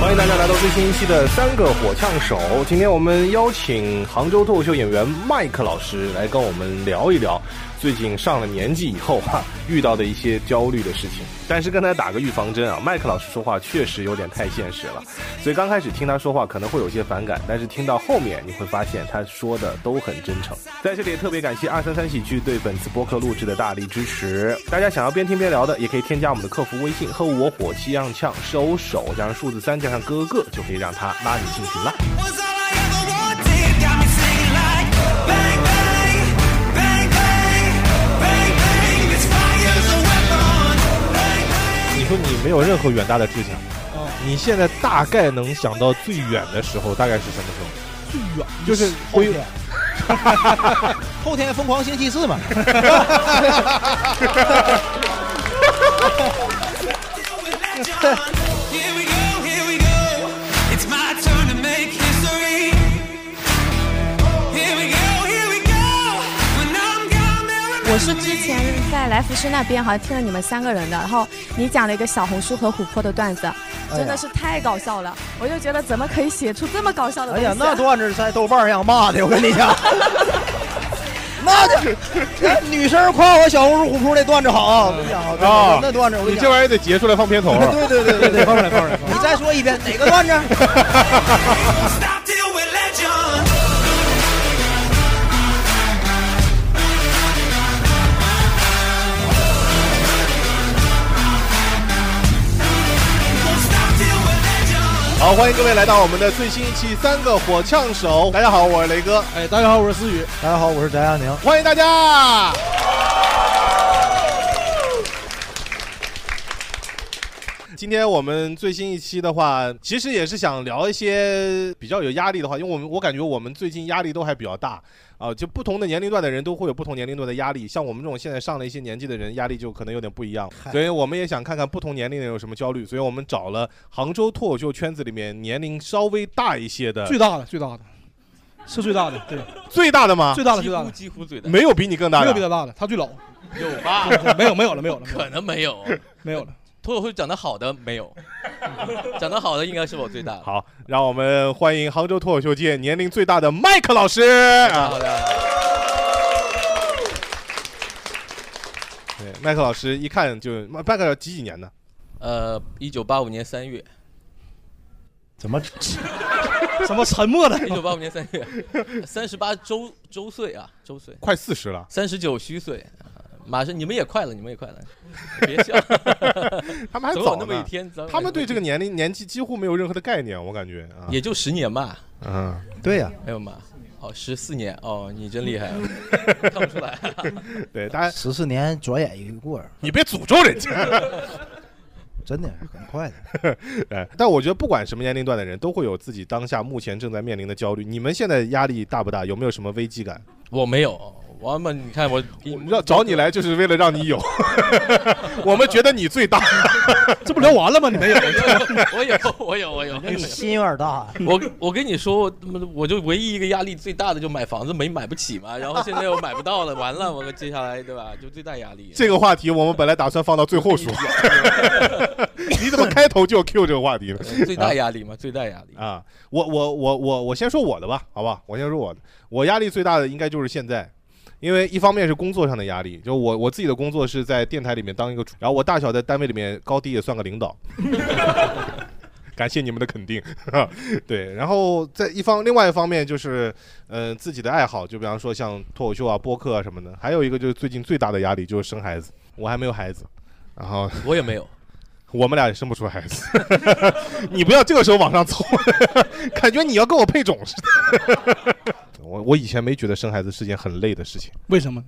欢迎大家来到最新一期的《三个火枪手》。今天我们邀请杭州脱口秀演员麦克老师来跟我们聊一聊最近上了年纪以后哈、遇到的一些焦虑的事情。但是跟大家打个预防针啊，麦克老师说话确实有点太现实了，所以刚开始听他说话可能会有些反感，但是听到后面你会发现他说的都很真诚。在这里也特别感谢二三三喜剧对本次播客录制的大力支持。大家想要边听边聊的，也可以添加我们的客服微信“和我火气样呛收手”，加上数字三加上哥哥，就可以让他拉你进群啦。 Was all I ever wanted, got me singing like bang bang, bang bang, bang bang. This fire's a weapon. Bang bang. 你说你没有任何远大的志向，哦你现在大概能想到最远的时候大概是什么时候？最远就是后归天，后天疯狂星期 四嘛。 Deal with legend. Here we go, here we go. It's my turn to make history. Here we go, here we go. When I'm gone, there 我 will 是之前在来福士那边好像听了你们三个人的，然后你讲了一个小红书和琥珀的段子，真的是太搞笑了，我就觉得怎么可以写出这么搞笑的哎东西、啊呀，那 段子在豆瓣上骂的，我跟你 讲，那就哎女生夸我小红书、虎扑那段子好啊，我跟你讲啊，真的啊那段子我跟你你这讲。玩意儿得截出来放片头啊！ 对对对对 对，放出来放出来。你再说一遍哪个 段子？ stop. Deal with legend. 好，欢迎各位来到我们的最新一期《三个火枪手》。大家好，我是雷哥。哎，大家好，我是思雨。大家好，我是翟亚宁。欢迎大家。 今天我们最新一期的话，其实也是想聊一些比较有压力的话，因为我们我感觉我们最近压力都还比较大啊、就不同的年龄段的人都会有不同年龄段的压力，像我们这种现在上了一些年纪的人，压力就可能有点不一样，所以我们也想看看不同年龄的人有什么焦虑，所以我们找了杭州脱口秀圈子里面年龄稍微大一些的，最大的，最大的，是最大的，对，呃最大的吗？最大的，最大的，几乎最大，没有比你更大没的有比他大的，他最老，有吧？对对没有，没有了，没有了，没有了可能没有。没有了。脱口秀讲的好的没有，讲的好的应该是我最大的。好，让我们欢迎杭州脱口秀界年龄最大的麦克老师啊！好的，对，麦克老师一看就麦克几几年的？呃，一九八五年三月，怎么怎么沉默了？一九八五年三月，三十八周周岁啊，周岁， 快四十了。三十九虚岁，啊马上你们也快了，你们也快了， 别笑， 他们还总早呢有那么一天。总有他们对这个那么年龄年纪几乎没有任何的概念，我感觉啊一天，也就十年吧，嗯，对呀，哎呦妈，哦，十四年，哦，你真 厉害，看不出来。 对，大家十四年转眼一过，你别诅咒 人家。真的很快的。 哎，但我觉得不管什么年龄段的人都会有自己当下目前正在面临的焦虑。你们现在压力大不大？有没有什么危机感？我没有，我们你看我，我们要找你来就是为了让 你有，我们觉得你最大。 这不聊完了吗？你没有？我有，我有，我有，我你有。心有点大，啊我我跟你说，我他妈的我就唯一一个压力最大的就买房子没买不起嘛，啊然后 现在又买不到了，完了我接下来对吧？就最大压力。这个话题我们本来打算放到最后说， 你怎么开头就 Q 这个话题呢？呃最大压力嘛，最大压力。啊，我我我我我先说我的吧，好吧，我先说我的，我压力最大的应该就是现在。因为一方面是工作上的压力，就我我自己的工作是在电台里面当一个主，然后我大小在单位里面高低也算个领导， 感谢你们的肯定， 对。然后在一方另外一方面就是，呃，自己的爱好，就比方说像脱口秀啊、播客啊什么的。还有一个就是最近最大的压力就是生孩子，我还没有孩子，然后 我也没有， 我们俩也生不出孩子， 你不要这个时候往上凑， 感觉你要跟我配种似哎的。我我以前没觉得生孩子是件很累的事情，为什么？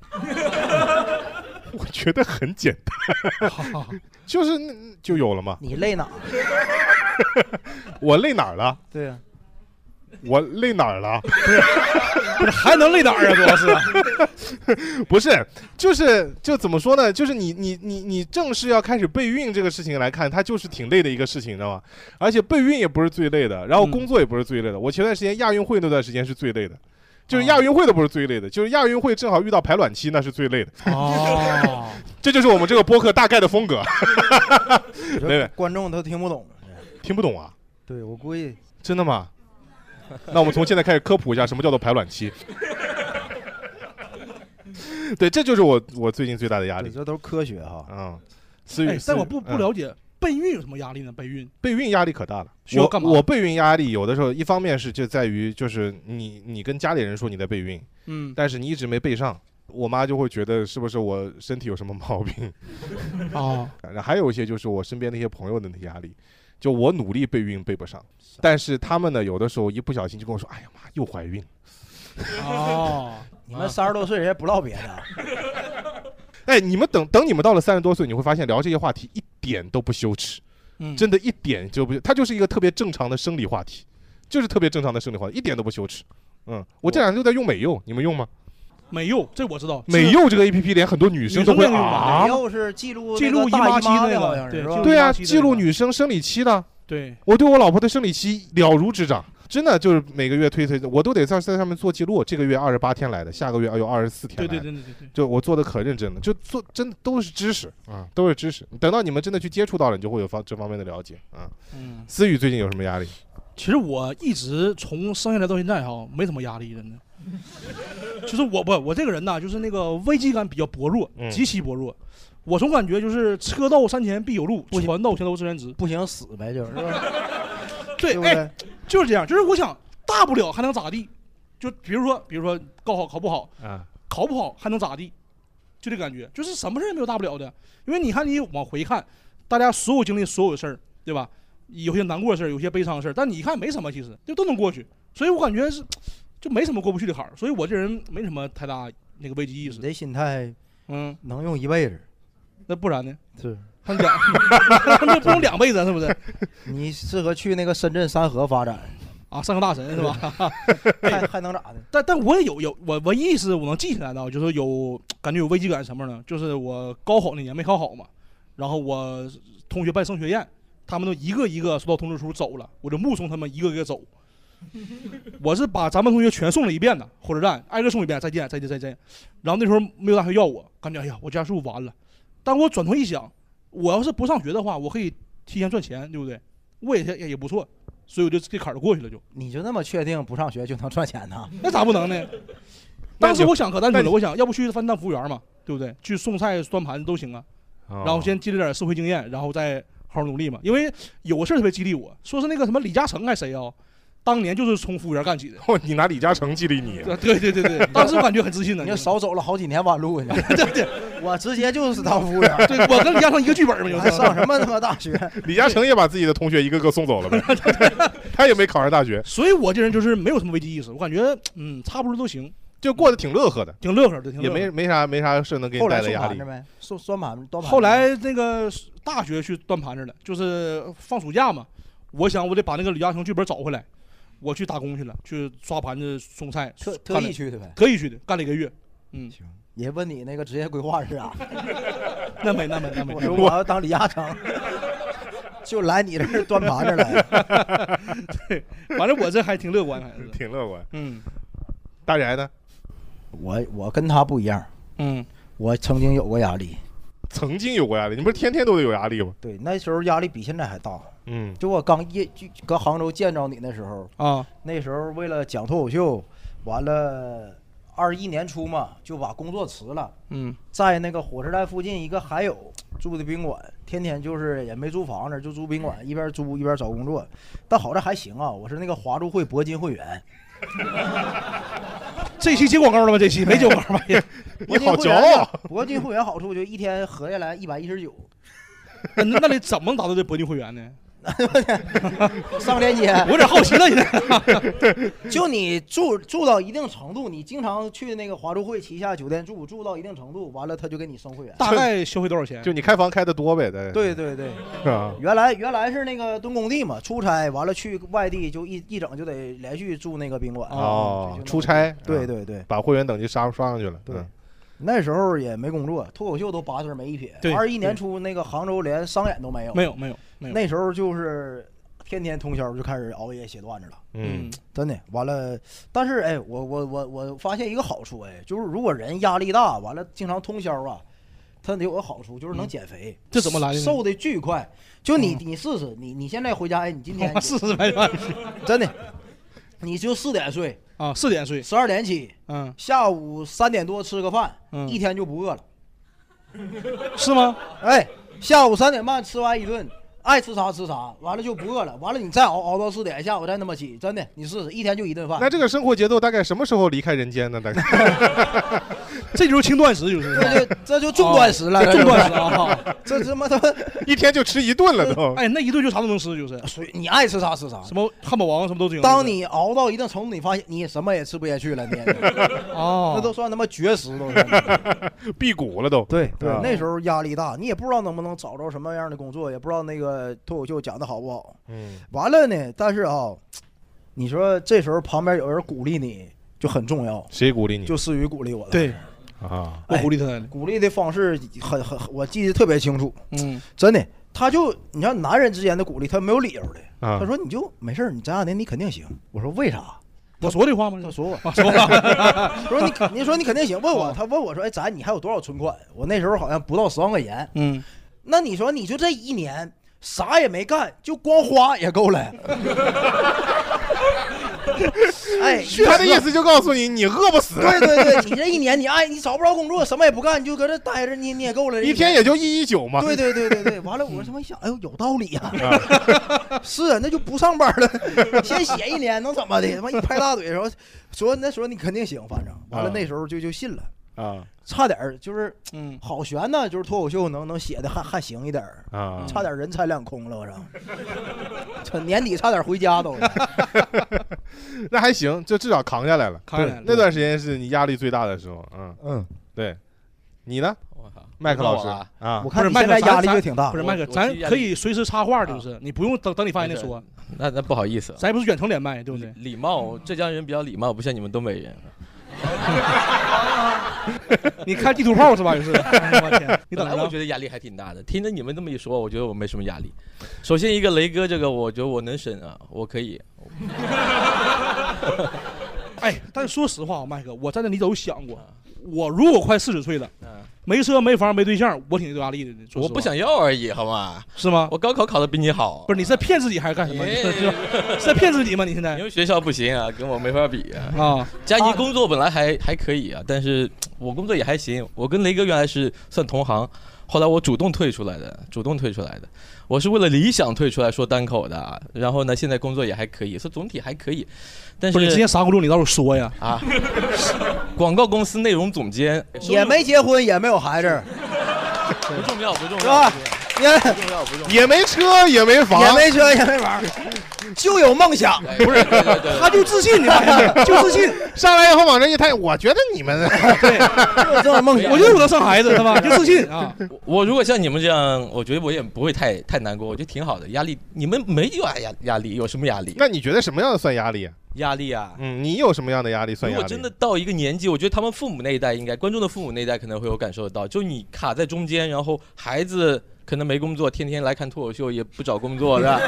我觉得很简单，好好好， 就是那就有了嘛。你累哪？啊 我累哪儿了？对呀，我累哪儿了？ 还能累哪儿啊？主要是 不是，就是就怎么说呢？就是你你你你正式要开始备孕这个事情来看，它就是挺累的一个事情，你知道吗？而且备孕也不是最累的，然后嗯工作也不是最累的。我前段时间亚运会那段时间是最累的，就是哦亚运会都不是最累的，就是亚运会正好遇到排卵期，那是最累的。哦， 这就是我们这个播客大概的风格。 对，观众都听不懂。听不懂啊？对，我估计真的吗？ 那我们从现在开始科普一下什么叫做排卵期。对，这就是我我最近最大的压力。这都是科学哈。嗯，思雨嗯哎，，但我不思雨不了解备孕有什么压力呢？备孕备孕压力可大了。需要干嘛我我备孕压力有的时候，一方面是就在于就是你你跟家里人说你在备孕，嗯但是你一直没备上，我妈就会觉得是不是我身体有什么毛病。 哦，然后还有一些就是我身边那些朋友的那些压力，就我努力备孕备不上，但是他们呢有的时候一不小心就跟我说，哎呀妈又怀孕了。哦， 你们三十多岁人也不唠别 的，啊哎，你们等等你们到了三十多岁，你会发现聊这些话题一点都不羞耻，嗯真的一点就不，它就是一个特别正常的生理话题，就是特别正常的生理话题，一点都不羞耻。嗯，我这两天都在用美柚，你们用吗？美柚，这我知道，美柚这个 A P P 连很多女生都女会生会用吧啊美，又是记录记那录个姨大妈期那的，个好像是对是吧记录？对啊，妈期的记录女生生理期的，对，我对我老婆的生理期了如指掌，真的就是每个月推推，我都得在在上面做记录，这个月二十八天来的，下个月哎呦二十四天来对的，对对对对对，就我做的可认真了，就做真的都是知识啊，都是知识。等到你们真的去接触到了，你就会有方这方面的了解啊。嗯，思雨最近有什么压力？ 其实我一直从生下来到现在哈，没什么压力，真的。 就是我不，我这个人呐，就是那个危机感比较薄弱嗯，极其薄弱。我总感觉就是车到山前必有路，不行船到桥头自然直。不行死呗，就是是 吧对对，不哎，对？就是这样。就是我想，大不了还能咋地？就比如说，比如说高考考不好，啊，考不好还能咋地？就这感觉，就是什么事儿也没有大不了的。因为你看，你往回看，大家所有经历所有事儿，对吧？有些难过的事儿，有些悲伤的事儿，但你一看没什么，其实就都能过去。所以我感觉是，就没什么过不去的坎儿。所以我这人没什么太大那个危机意你识。这心态嗯，能用一辈子，那不然呢？ 是还两，那不用两辈子啊是不是？ 你适合去那个深圳三河发展， 啊，上个大神是吧？还还能咋的？但但我也有有我唯一一次我能记起来的啊，就是有感觉有危机感什么呢？就是我高考那年没考好嘛，然后我同学办升学宴，他们都一个一个收到通知书走了，我就目送他们一个一个走。我是把咱们同学全送了一遍的，火车站挨个送一遍，再见再见再见。然后那时候没有大学要我，感觉哎呀我家是不是完了？但我转头一想，我要是不上学的话，我可以提前赚钱，对不对？我也也也不错，所以我就这坎儿就过去了就，你就那么确定不上学就能赚钱呢？那咋不能呢？那当时你我想可单纯那了，我想要不去饭店服务员嘛，对不对？去送菜、端盘子都行啊。哦然后先积累点社会经验，然后再好好努力嘛。因为有个事儿特别激励我，说是那个什么李嘉诚还谁啊，当年就是从服务员干起的。哦，你拿李嘉诚激励你，啊对对对对， 当时我感觉很自信的。你就少走了好几年弯路呢。 对对 我直接就是当服务员，对，我跟李嘉诚一个剧本嘛，就还是上什么他妈大学？李嘉诚也把自己的同学一个个送走了呗， 他也没考上大学，所以我这人就是没有什么危机意识，我感觉嗯，差不多都行，就过得挺乐呵的，挺乐呵的，挺也乐呵没的。没啥没啥事能给后你来带来送压盘力子。呗，送端盘子，端盘子。后来那个大学去端盘子了，就是放暑假嘛，我想我得把那个李嘉诚剧本找回来，我去打工去了，去刷盘子、送菜，特干特了意去的呗。特意去的，干了一个月。人问你那个职业规划是啥？ 那没那没那没我，说 我要当李嘉诚，就来你这儿端盘子来 了。反正我这还挺乐观，还是 挺乐观，嗯大宅呢？ 我我跟他不一样，嗯，我曾经有过压力，曾经有过压力，你不是天天都得有压力吗？对，那时候压力比现在还大。嗯，就我刚一就搁杭州见着你那时候，啊，那时候为了讲脱口秀，完了二一年初嘛，就把工作辞了，嗯在那个火车站附近一个海友住的宾馆，天天就是也没租房子，就租宾馆，一边租一边找工作。但好在还行啊，我是那个华住会铂金会员，这期接广告了吗？这期没接广告吧？ 也你好骄傲，铂金会员好处就一天合下来一百一十九，那那得怎么能达到这铂金会员呢？上链接。我有点好奇了，现在 就你住住到一定程度，你经常去那个华住会旗下酒店住，住到一定程度，完了他就给你升会员。大 概消费多少钱？就你开房开的多呗，对对对对，啊，原来原来是那个蹲工地嘛，出差完了去外地就一一整就得连续住那个宾馆。哦就，出。差，对啊，对对，把会员等级刷刷上去了，嗯对嗯那时候也没工作，脱口秀都八字没一撇对。二一年初那个杭州连商演都没有，没有没有没有，那时候就是天天通宵就开始熬夜写段子了。嗯，真的。完了，但是哎，我我我我发现一个好处哎，就是如果人压力大，完了经常通宵啊，它得有个好处，就是能减肥。嗯这怎么来的呢嗯瘦的巨快。就你你试试，你你现在回家哎，你今 天试试呗， 真的，你就四点睡啊，四点睡，十二点起，嗯，下午三点多吃个饭，嗯一天就不饿了。是吗？哎，下午三点半吃完一顿，爱吃啥吃啥，完了就不饿了。完了你再熬熬到四点，下午再那么起，真的，你试试，一天就一顿饭。那这个生活节奏大概什么时候离开人间呢？大概 这就是轻断食，就是这就这就重断食了，哦这就重断食 啊！这他妈他妈， 一天就吃一顿了都。哎，那一顿就啥都能吃，就是谁你爱吃啥吃啥。什么汉堡王什么都经。当你熬到一定程度，你发现你什么也吃不下去了，你 哦，那都算他妈绝食都是。 辟谷了都。对对啊，那时候压力大，你也不知道能不能找着什么样的工作，也不知道那个脱口秀讲的好不好。嗯，完了呢，但是啊，你说这时候旁边有人鼓励你就很重要，谁鼓励你？就思雨鼓励我的。哎对，啊，我鼓励他的，鼓励的方式很很，很我记得特别清楚，嗯，真的。他就你像男人之间的鼓励，他没有理由的。啊他说你就没事儿，你这两天你肯定行。我说为啥？我说这话吗？他说我，我 说哦吧，他 说你肯，你说你肯定行。问我，他问我说，哎，咱你还有多少存款？我那时候好像不到十万块钱。嗯，那你说你就这一年啥也没干，就光花也够了。 哎，他的意思就告诉你，你饿不死，对对对，你这一 年你哎，你找不着工作，什么也不干，你就搁这待着，你你也够了。一天也就一一九嘛。对对对对对，完了我他妈一想，哎呦有道理呀、啊 是啊，那就不上班了，先写一年能怎么的？他妈一拍大腿，然后说那时候你肯定行，反正完了啊那时候就就信了，啊差点儿就是嗯，好悬呐，就是脱口秀能能写的还还行一点儿，啊，差点人财两空了，我操！ 这年底差点回家 都。那还行，就至少扛下来了。看来那段时间是你压力最大的时候，嗯，嗯，对，你呢，我靠，麦克老我啊师啊我？不看是你麦现克在咱压力咱就挺大不。是麦哥，我咱我压力啊可以随时插话，就是你不用等等你发言再说， 那那不好意思啊，咱也不是远程连麦，对不对？礼貌，浙江人比较礼貌，不像你们东北 人。 你看地图炮是吧？就是， 哎我天，你等本来着我啊觉，得压力还挺大的，听着你们这么一说，我觉得我没什么压力。首先一个雷哥这个，我觉得我能审啊，我可以。哎，但是说实话啊，麦哥，我站在你角度想过，啊我如果快四十岁了，没车没房没对象，我挺有压力的。说实话我不想要啊而已，好吗？是吗？我高考考的比你好，不是你是在骗自己还是干什么？你哎是 是在骗自己吗？你现在因为学校不行啊，跟我没法比啊。啊，佳怡工作本来还还可以啊，但是我工作也还行。我跟雷哥原来是算同行，后来我主动退出来的，主动退出来的。我是为了理想退出来说单口的啊，然后呢，现在工作也还可以，所以总体还可以。但不是你之是前啥工作你倒是说呀？啊，广告公司内容总监也没结婚，也没有孩子，不重要，不重是要吧，？也不重要，不重要。也没车，啊也没房，也没车，也没玩儿，就有梦想。哎对对对对他就自 信，你发现没？就自信。上来以后往这一摊，我觉得 你们就这种梦想，我觉得我能生孩子，是吧？就自信啊。我我如果像你们这样，我觉得我也不会太太难过，我觉得挺好的。压力，你们没有压压力，有什么压力？那你觉得什么样的算压力啊？压力啊！嗯，你有什么样的压力算如压果力？真的到一个年纪，我觉得他们父母那一代应该，观众的父母那一代可能会有感受得到，就你卡在中间，然后孩子可能没工作，天天来看脱口秀，也不找工作，是吧？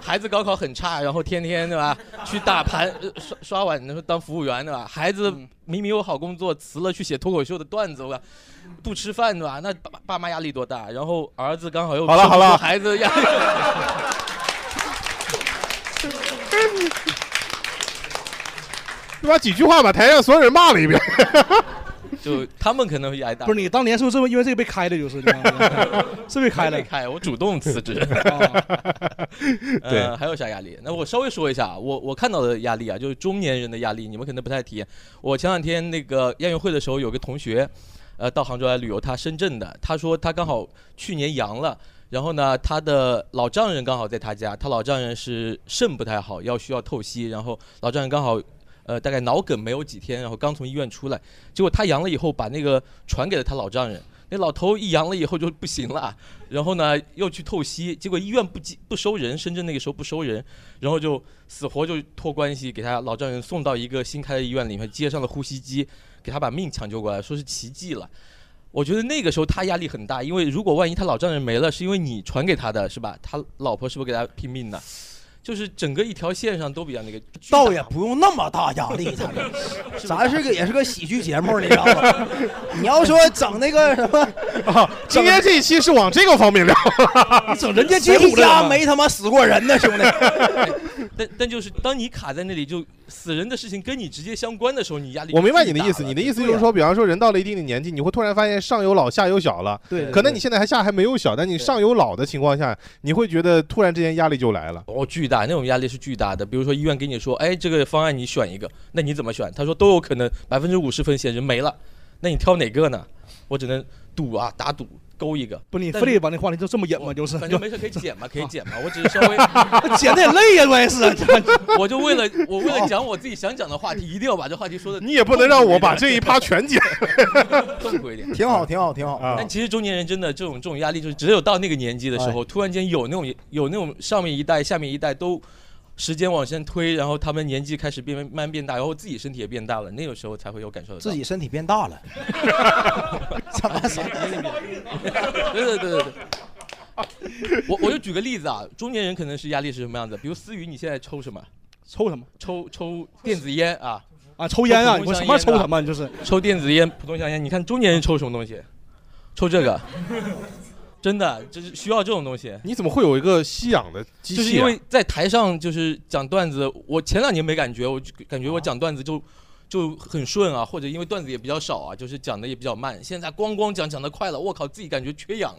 孩子高考很差，然后天天对吧，去打盘呃刷刷碗，然后当服务员对吧？孩子明明有好工作，辞了去写脱口秀的段子，我 不吃饭对吧？那爸爸妈压力多大？然后儿子刚好又好了生不好了出孩子压 力。对吧？几句话把台上所有人骂了一遍。就他们可能会压力大。不是你当年是不是因为这个被开的，就是你知道 吗是被开没的开，我主动 辞职。啊。 对呃，还有啥压力？那我稍微说一下啊，我我看到的压力啊，就是中年人的压力，你们可能不太体验。我前两天那个亚运会的时候，有个同学，呃，到杭州来旅游，他深圳的，他说他刚好去年阳了。然后呢，他的老丈人刚好在他家，他老丈人是肾不太好，要需要透析，然后老丈人刚好，呃，大概脑梗没有几天，然后刚从医院出来，结果他阳了以后，把那个传给了他老丈人，那老头一阳了以后就不行了，然后呢又去透析，结果医院不接不收人，深圳那个时候不收人，然后就死活就托关系给他老丈人送到一个新开的医院里面，接上了呼吸机，给他把命抢救过来，说是奇迹了。我觉得那个时候他压力很大，因为如果万一他老丈人没了，是因为你传给他的，是吧？他老婆是不是给他拼命的？ 就是整个一条线上都比较那个。倒也不用那么大压力，咱们咱是个也是个喜剧节目，你知道 吗？你要说整那个什么，啊今天这一期是往这个方面聊，你整人家水浒谁的家嘛没他妈死过人呢， 兄弟？但但就是当你卡在那里，就死人的事情跟你直接相关的时候，你压力我明白你巨的大意思，了啊你的意思就是说，比方说人到了一定的年纪，你会突然发现上有老下有小了。对，可能你现在还下还没有小，但你上有老的情况下，你会觉得突然之间压力就来了。哦，巨大，那种压力是巨大的。比如说医院给你说，哎，这个方案你选一个，那你怎么选？他说都有可能百分之五十分险人没了，那你挑哪个呢？我只能赌啊，打赌勾一个。不，你但非是得把那话题就这么引嘛，我就是反就 正没事可以剪嘛，可以剪嘛。我只是稍 微，剪的也累呀，关键是。 我就为了我为了讲我自己想讲的话题，一定要把这话题说的你也不能让我把这一趴全剪。痛苦一点。挺好，挺好，挺好。啊但其实中年人真的这种这种压力，就是只有到那个年纪的时哎候，突然间有那种有那种上面一代、下面一代都时间往前推，然后他们年纪开始变慢慢变大，然后自己身体也变大了，那个时候才会有感受得到。 自己身体变大了， 怎么啥？对对对对 对。我我就举个例子啊，中年人可能是压力是什么样子？比如思雨，你现在抽什么？抽什么抽抽电子烟啊，啊？抽烟啊？你说什么抽抽烟的什么？你就是抽电子烟、普通香烟。你看中年人抽什么东西？抽这个，真的就是需要这种东西。你怎么会有一个吸氧的机器、就啊？是因为在台上就是讲段子，我前两年没感觉，我就感哦觉我讲段子就就很顺啊，或者因为段子也比较少啊，就是讲的也比较慢。现在咣咣讲讲的快了，我靠，自己感觉缺氧。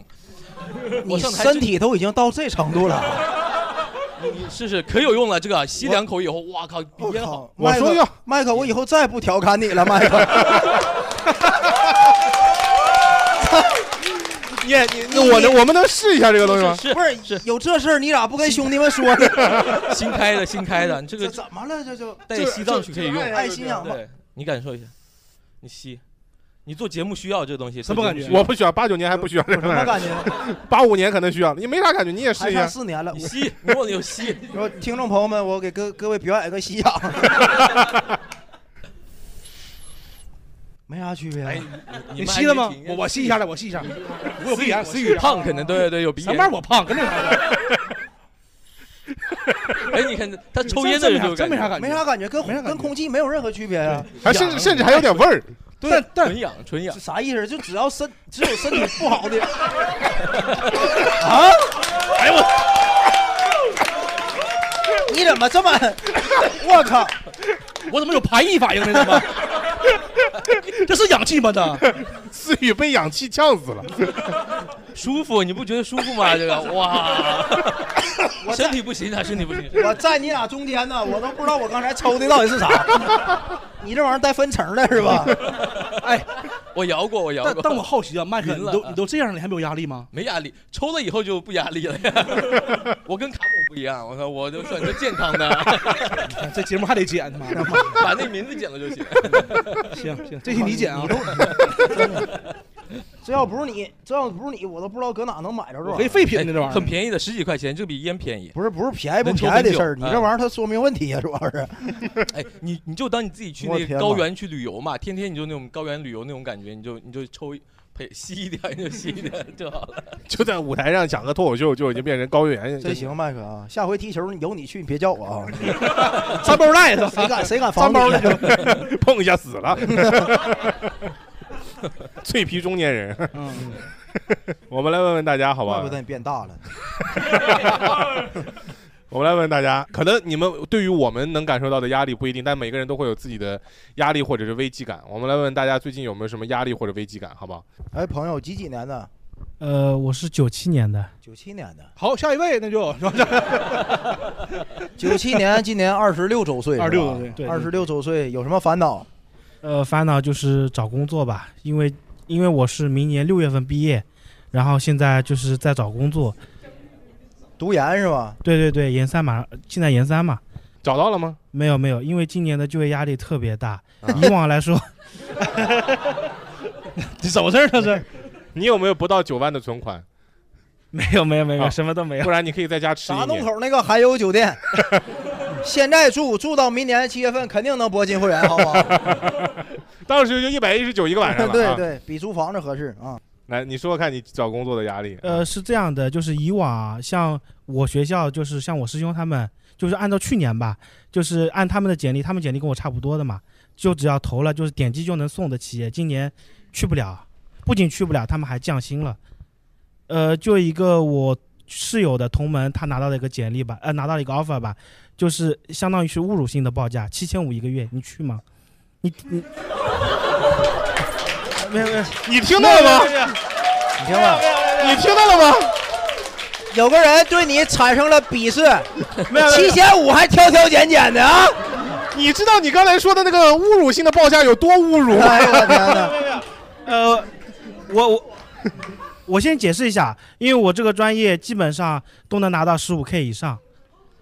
你上台身之体都已经到这程度了，你试试可有用了，这个啊吸两口以后，哇靠，比我烟好靠！！我麦克说要麦克，我以后再也不调侃你了，麦 克。你也你那我能我们能试一下这个东西吗？是不是有这事儿，你咋不跟兄弟们说呢？是 新开的，新开的，这这个怎么了？这就带西藏去可以用。爱心氧吧？对，你感受一下，你吸，你做节目需要这个东西。什么做节感目觉需要我不需要，八九年还不需要这有什个么玩意儿，感觉？ 八五年可能需要，你没啥感 觉，你也试还一差下。四年了你。 吸，你忘了有吸。然后听众朋友们，我给各各位表演个啊吸 氧，没啥区别。啊哎，你你吸了吗？我我吸一下来，我吸一下。 啊啊我有鼻炎，思雨胖可能对对对有鼻什炎。么玩意儿？我胖，跟这有 啥关系？哎，你看他抽烟的真人没啥就有真没啥感感觉，没啥感觉，跟没啥感觉跟空气没有任何区别呀、还甚至甚至还有点味儿，觉，但但纯氧纯氧是。啥意思？就只要身只有身体不 好的啊！哎呦我，你怎么这 么？我靠！我怎么有排异反应呢？怎么？这是氧气吗？ 这思雨被氧气呛死了。 舒服，你不觉得舒服吗？这个 哇，我身体不行啊，身体不行。我站你俩中间呢，我都不知道我刚才抽的到底是啥。你这玩意儿带分层的是吧？哎，我摇过，我摇但过，但我好奇啊，麦克，你晕了都啊你都这样了，你还没有压力吗？没压力，抽了以后就不压力了 呀。我跟卡姆不一样，我说我就选择健康的，哎这节目还得剪他妈的。 把那名字剪了就行。 行行，这期你 剪啊，这要不是你，这要不是你，我都不知道搁哪能买着这玩意我以儿。哎废品呢，这玩意儿哎很便宜的，十几块钱，这比烟便宜。不是不是便宜不能抽便宜的很久事儿，你哎啊这玩意儿它说明问题呀，主要是。哎，你你就当你自己去我那个天高哪原去旅游嘛，天天你就那种高原旅游那种感觉，你就你就抽一呸吸一点你就吸一点就好了。就在舞台上讲个脱口秀，就已经变成高原。这行，麦克啊， 下回踢球你由你去，你别叫我啊，三包带是吧？ 谁敢谁敢防三你？啊包了就 碰一下死了。脆皮中年人，嗯， 我们来问问大家好不怪不好得？你变大了。 我们来问大家，可能你们对于我们能感受到的压力不一定，但每个人都会有自己的压力或者是危机感。我们来问大家最近有没有什么压力或者危机感，好不好？哎，朋友，几几年的？呃，我是九七年的， 九七年的，好，下一位那 就九七年， 今年二十六周岁，二六对，对，二十六周岁，有什么烦恼？呃，烦恼就是找工作吧，因为因为我是明年六月份毕业，然后现在就是在找工作，读研是吧？对对对，研三嘛，现在研三嘛，找到了吗？啊没有没有，因为今年的就业压力特别大，以往来说，这怎么事儿这是？你有没有不到九万的存款？没有没有没啊有，什么都没有不。然你可以在家吃啥一弄年。口那个海友酒 店，现在住住到明年七月份，肯定能拨金会员，好不好？ 当时就一百一十九一个晚上了、对啊。对，比租房子合适啊。来，你说说看你找工作的压力。呃，是这样的，就是以往像我学校，就是像我师兄他们，就是按照去年吧，就是按他们的简历，他们简历跟我差不多的嘛，就只要投了，就是点击就能送的企业，今年去不了，不仅去不了，他们还降薪了。呃，就一个我室友的同门，他拿到了一个简历吧，呃，拿到了一个 offer 吧，就是相当于是侮辱性的报价，七千五一个月，你去吗？你你，没有没有，你听到了吗？你听吧， 你听到了吗？有个人对你产生了鄙视， 没有没有七千五还挑挑拣拣的啊！你知道你刚才说的那个侮辱性的报价有多侮辱吗？哎呦我天哪！呃，我我我先解释一下，因为我这个专业基本上都能拿到十五 K 以上，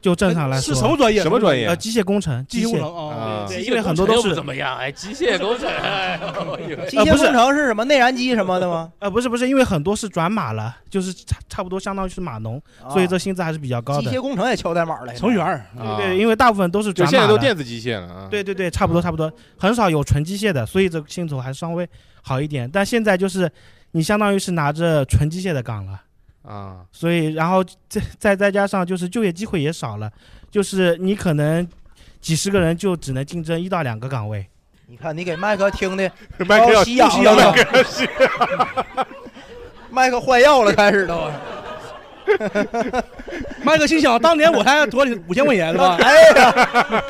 就正常来说哎是什么专业？什么专业呃，机械工程，机机械工械哦程啊？啊？因为很多都是怎么样？哎，机械工程，哎我以为机啊呃械不是工程是什么内燃机什么的吗？ 呃，不是不是，因为很多是转码了，就是差差不多相当于是码农，所以这薪资还是比较高啊机的。械工程也敲代码了，程序员。儿，啊对，因为大部分都是就转现码在了。都电子机械了啊。，对对对，差不多差不多，很少有纯机械的，所以这个薪酬还稍微好一点。但现在就是你相当于是拿着纯机械的岗了。 啊，所以然后再再再加上就是就业机会也少了，就是你可能几十个人就只能竞争一到两个岗位。你看你给麦克听的麦克高要吸氧吸氧了了，都，麦克换药了，开始都。 麦克心想，当年我才多五千块钱是 吧？哎呀，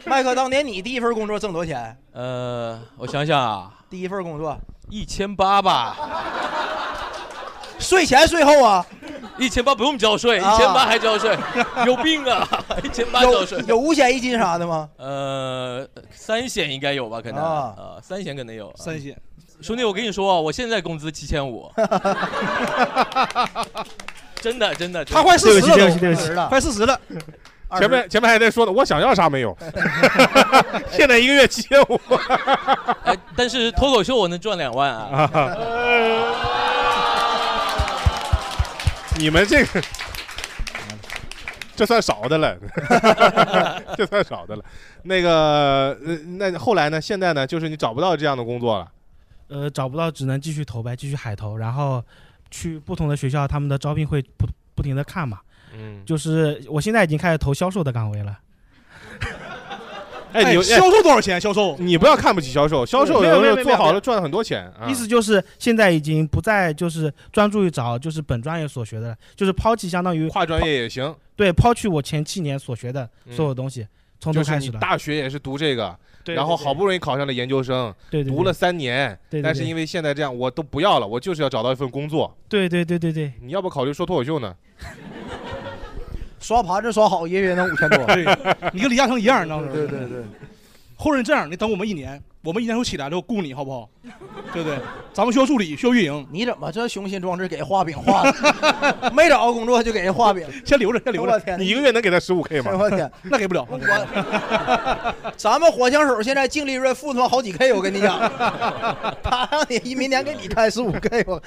麦克，当年你第一份工作挣多少钱？呃，我想想啊，第一份工作，一千八吧，税前税后啊，一千八不用交税，一啊千八还交税，有病啊！一千八交有税，有五险一金啥的吗？呃，三险应该有吧？可能啊啊，三险可能有。啊三险，兄弟，我跟你说啊，我现在工资七千五， 真的真的，真的他快四十对了不都起，对不起，十了，快四十了，二十 前面前面还在说呢，我想要啥没 有，现在一个月七千五，哎，但是脱口秀我能赚两万啊！呃 你们这个。这算少的了， 这算少的了。那个，呃那后来呢？现在呢？就是你找不到这样的工作了。呃，找不到只能继续投呗，继续海投，然后去不同的学校，他们的招聘会不不停的看嘛。嗯，就是我现在已经开始投销售的岗位了。哎，你有销售多少钱？销售你不要看不起销售，销售没有没有有时候没做有好了赚很多钱。啊意思就是现在已经不再就是专注于找就是本专业所学的了，就是抛弃相当于跨专业也行，对抛弃我前七年所学的嗯所有东西，从就头是开你始了。大学也是读这个，对然后好不容易考上了研究生，对对对读了三年，对对但是因为现在这样，我都不要了，我就是要找到一份工作。对对对对对，你要不考虑说脱口秀呢？刷盘子刷好，一个月能五千多。对，你跟李嘉诚一样，你知道吗？对对对，后人这样，你等我们一年，我们一年后起来之后雇你好不好？对不对？咱们需要助理，需要运营，你怎么这雄心壮志给画饼画的？没找着工作就给人画饼， 先留着，先留我着，天！你一个月能给他十五 K 哎呦吗？我天！ 那给不了。 咱们火枪手现在净利润负他妈好几 K，我跟你讲，他让你一明年给你开十五 K，我，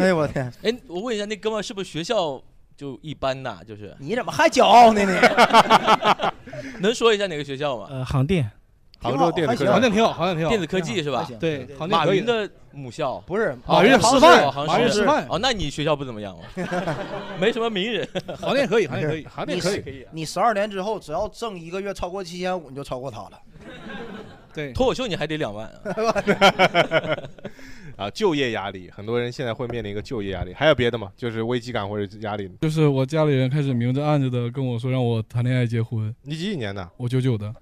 哎呦我 天，哎，我问一下，那哥们儿是不是学校就一般呐？就是你怎么还骄傲呢你？ 能说一下哪个学校吗？呃，航电。杭州电子科挺好大好啊像挺好，好像挺好。电子科技是吧？行对，好像马可以云。的母校。不是马云好师像是范，好马像云是师范，哦，那你学校不怎 么样哦，没什么名人。好像也可以，好像也可以。杭电可以。以。你十二年之后，只要挣一个月超过七千五，你就超过他了。对，脱口秀你还得两万啊， 啊，就业压力，很多人现在会面临一个就业压力，还有别的吗？就是危机感或者压力。 就是我家里人开始明着暗着的跟我说让我谈恋爱结婚，你几几年的？我九九的，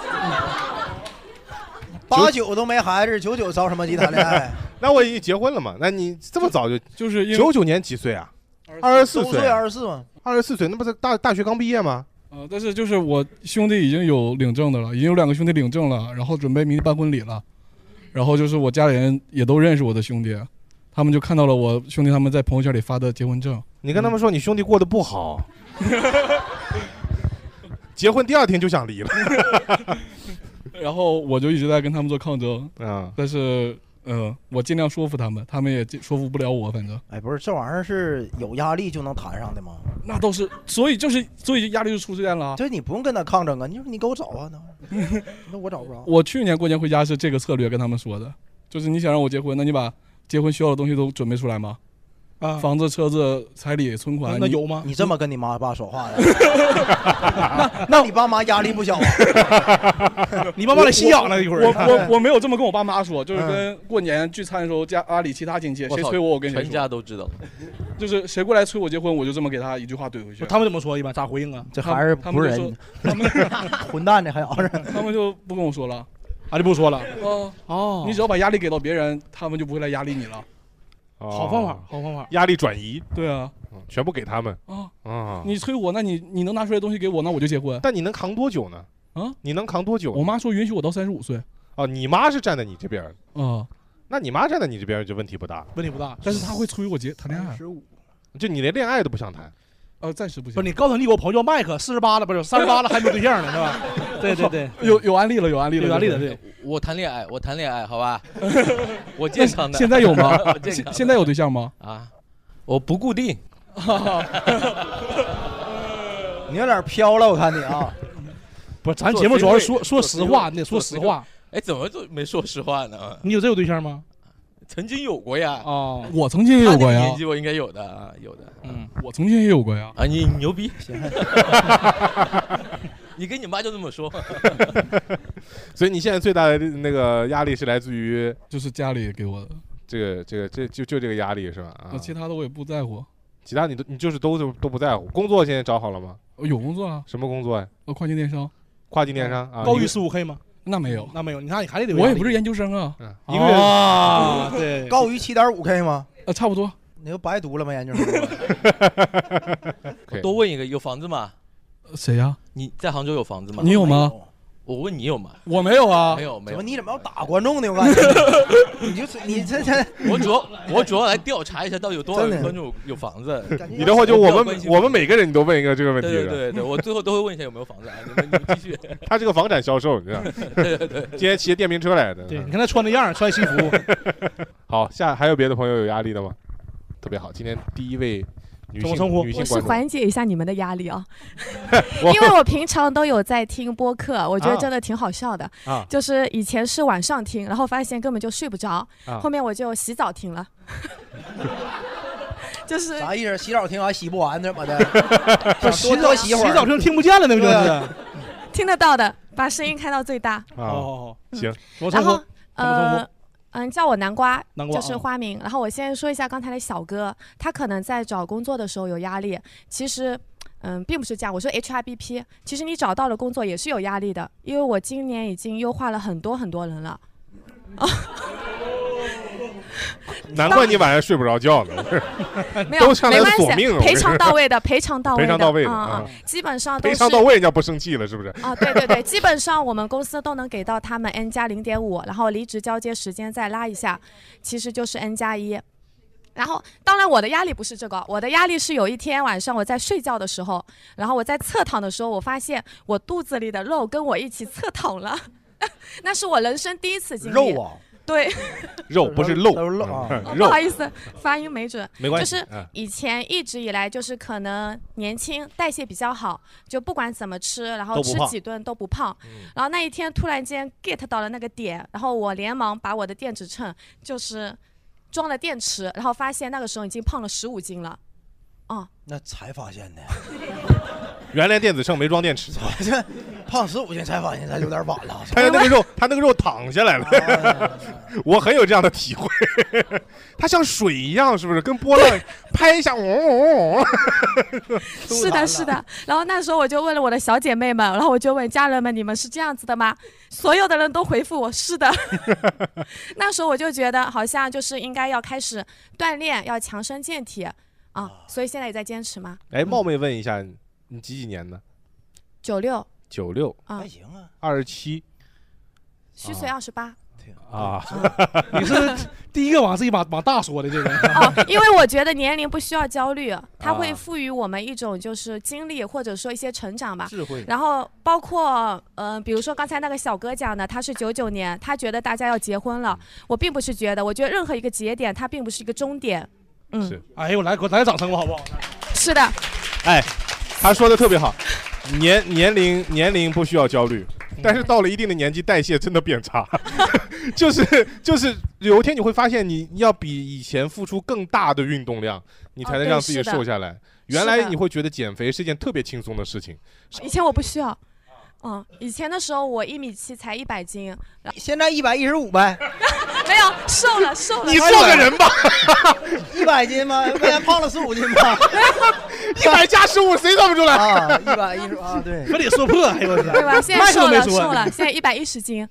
八九都没孩子，九九着什么急谈恋爱？ 那我已经结婚了嘛？那你这么早就就是因为九九年几岁啊？二十四周岁，岁二十四嘛，二十四岁，那不是大大学刚毕业吗？呃，但是就是我兄弟已经有领证的了，已经有两个兄弟领证了，然后准备明天办婚礼了，然后就是我家里人也都认识我的兄弟，他们就看到了我兄弟他们在朋友圈里发的结婚证，你跟他们说你兄弟过得不好， 结婚第二天就想离了。 然后我就一直在跟他们做抗争，啊，但是呃，我尽量说服他们，他们也尽说服不了我，反正哎，不是这玩意儿是有压力就能谈上的吗？那倒是，所以就是所以压力就出现了啊。就是你不用跟他抗争啊，你就说你给我找 啊，那玩意儿那我找不着。我去年过年回家是这个策略跟他们说的，就是你想让我结婚，那你把结婚需要的东西都准备出来吗？啊房子、车子、彩礼、存款，那有吗你这么跟你妈爸说 话的？啊那你爸妈压 力不小啊！你爸妈来信仰了一会儿我我我没有这么跟我爸妈说，就是嗯跟过年聚餐的时候，家阿里其他亲戚我谁操催我，我跟谁说。全家都知道了。就是谁过来催我结婚，我就这么给他一句话怼回去。他们怎么说？一般咋回应啊？这孩儿不是人他们 混蛋呢，还熬着。他们就不跟我说了，啊就不说了。哦哦你只要把压力给到别人，他们就不会来压力你了。好方法好方法哦压力转移，嗯对啊，全部给他们啊啊！你催我，那你你能拿出来的东西给我，那我就结婚。但你能扛多久呢？啊，你能扛多久？我妈说允许我到三十五岁。哦，你妈是站在你这边儿啊，那你妈站在你这边儿就问题不大，问题不大，但是他会催我结谈恋爱。十五，就你连恋爱都不想谈。呃，暂时不行。哦不是你告诉你给我刨叫麦克四十八了，不是三十八了还没有对象呢，是吧？对对 对，有有案例了，有案例了，有案例了，就是对。我谈恋爱，我谈恋爱，好吧，我健康的。现在有吗 我？健现康的现在有对象吗？啊，我不固定。你有点飘了，我看你啊。 不是，咱节目主要是说做说谁实会话，你得说实话。。哎，怎么就没说实话呢？ 你有真有对象吗？曾经有过呀。哦 我曾经也有过呀他那个年纪我应该有的啊，有的。嗯，我曾经也有过呀。啊， 你牛逼！ 你跟你妈就这么 说。 所以你现在最大的那个压力是来自于就是家里给我的，这个这个这就就这个压力是吧？啊那，其他的我也不在乎。其他你都你就是都都都不在乎。工作现在找好了吗？哦呃有工作啊，什么工作呀？呃，跨境电啊商，跨境电商啊，高一于个 十五 K 吗？那没有，那没有，你看你还得有我压也力嗯不是研究生啊，一个月啊，对，高于七点五 K 吗？呃，差不多。你就白读了吗？研究 生？啊我多问一个，有房子吗？谁呀？你在杭州有房子吗？你有吗？我问你有吗？我没有啊没。有没怎有 么。你怎么要打观众呢？我感觉 你就是你这这我主要我主要来调查一下，到底有多少真的观众有有房子？你的话就我比较关们心我们每个人你都问一个这个问题，对对是吧对对，我最后都会问一下有没有房子啊？你们你们继续。 他这个房产销售，你知道， 对对对，今天骑着电瓶车来的。对，你看他穿的样儿，穿西服， 好，下还有别的朋友有压力的吗？特别好，今天第一位女怎么性称呼女性我是观众，缓解一下你们的压力啊， 我因为我平常都有在听播客，我觉得啊真的挺好笑的。啊就是以前是晚上听，然后发现根本就睡不着，啊后面我就洗澡听了。就是啥意思？洗澡听完洗不完怎么的？不是想多多洗洗会儿。澡就听不见了，那不就是？对哦啊听得到的，把声音开到最大。啊，哦，行，我然称后呼呃。嗯，叫我南瓜，南瓜就嗯是啊花名。然后我先说一下刚才的小哥，他可能在找工作的时候有压力，其实。嗯，并不是这样。我说 HRBP，其实你找到了工作也是有压力的，因为我今年已经优化了很多很多人了。难怪你晚上睡不着觉呢，没有， 都上来没关系索命了，啊赔我偿是到位的，赔偿到位赔的，偿到位的嗯啊嗯，基本上都赔是偿到位，人家不生气了是不是？啊，对对对，基本上我们公司都能给到他们 N 加零点五，然后离职交接时间再拉一下，其实就是 N 加一。然后，当然我的压力不是这个，我的压力是有一天晚上我在睡觉的时候，然后我在侧躺的时候，我发现我肚子里的肉跟我一起侧躺了， 那是我人生第一次经历。肉 啊，对，肉不是漏都是漏啊 哦不肉好意思，发音没准。没关就系是嗯以前一直以来就是可能年轻代谢比较好，就不管怎么吃，然后都不吃胖嗯几顿都不胖。然后那一天突然间 get 到了那个点，然后我连忙把我的电子秤就是装了电池，然后发现那个时候已经胖了十五斤了。哦、那才发现的，原来电子秤没装电池， 这胖十五斤才发现，咱有点晚了。他那个肉，他那个肉躺下来哎了， 我很有这样的体会， 它像水一样，是不是？跟波 浪拍一下，嗡嗡 嗡。是的，是的。然后那时候我就问了我的小姐妹们，然后我就问家人们，你们是这样子的吗？所有的人都回复我是的。 那时候我就觉得好像就是应该要开始锻炼，要强身健体啊，所以现在也在坚持嘛。哎，冒昧问一下，你几几年的？九六九六啊还，行啊，二十七虚岁二十八。啊， 你是第一个往自己往往大说的这个，啊哦，因为我觉得年龄不需要焦虑，它会啊赋予我们一种就是经历或者说一些成长吧。智慧。然后包括嗯、呃比如说刚才那个小哥讲的，他是九九年，他觉得大家要结婚了，嗯我并不是觉得，我觉得任何一个节点它并不是一个终点。嗯，是哎呦，来给我来个掌声吧，好不好？是的，哎，他说的特别好，年年龄年龄不需要焦虑，嗯但是到了一定的年纪，代谢真的变差， 就是就是有一天你会发现，你要比以前付出更大的运动量，你才哦能对让自己是的瘦下来。是原来的你会觉得减肥是件特别轻松的事情，以前我不需要。嗯，以前的时候我一米七才一百斤，然后现在一百一十五呗， 没有瘦了瘦了。你做个 人吧，一百斤吗？ 不然胖了十五斤吧？一百加十五谁算不出来？啊，一百一十啊，对，可得说破，哎呦我天，对吧？现在麦克瘦都没了说瘦了，现在一百一十斤。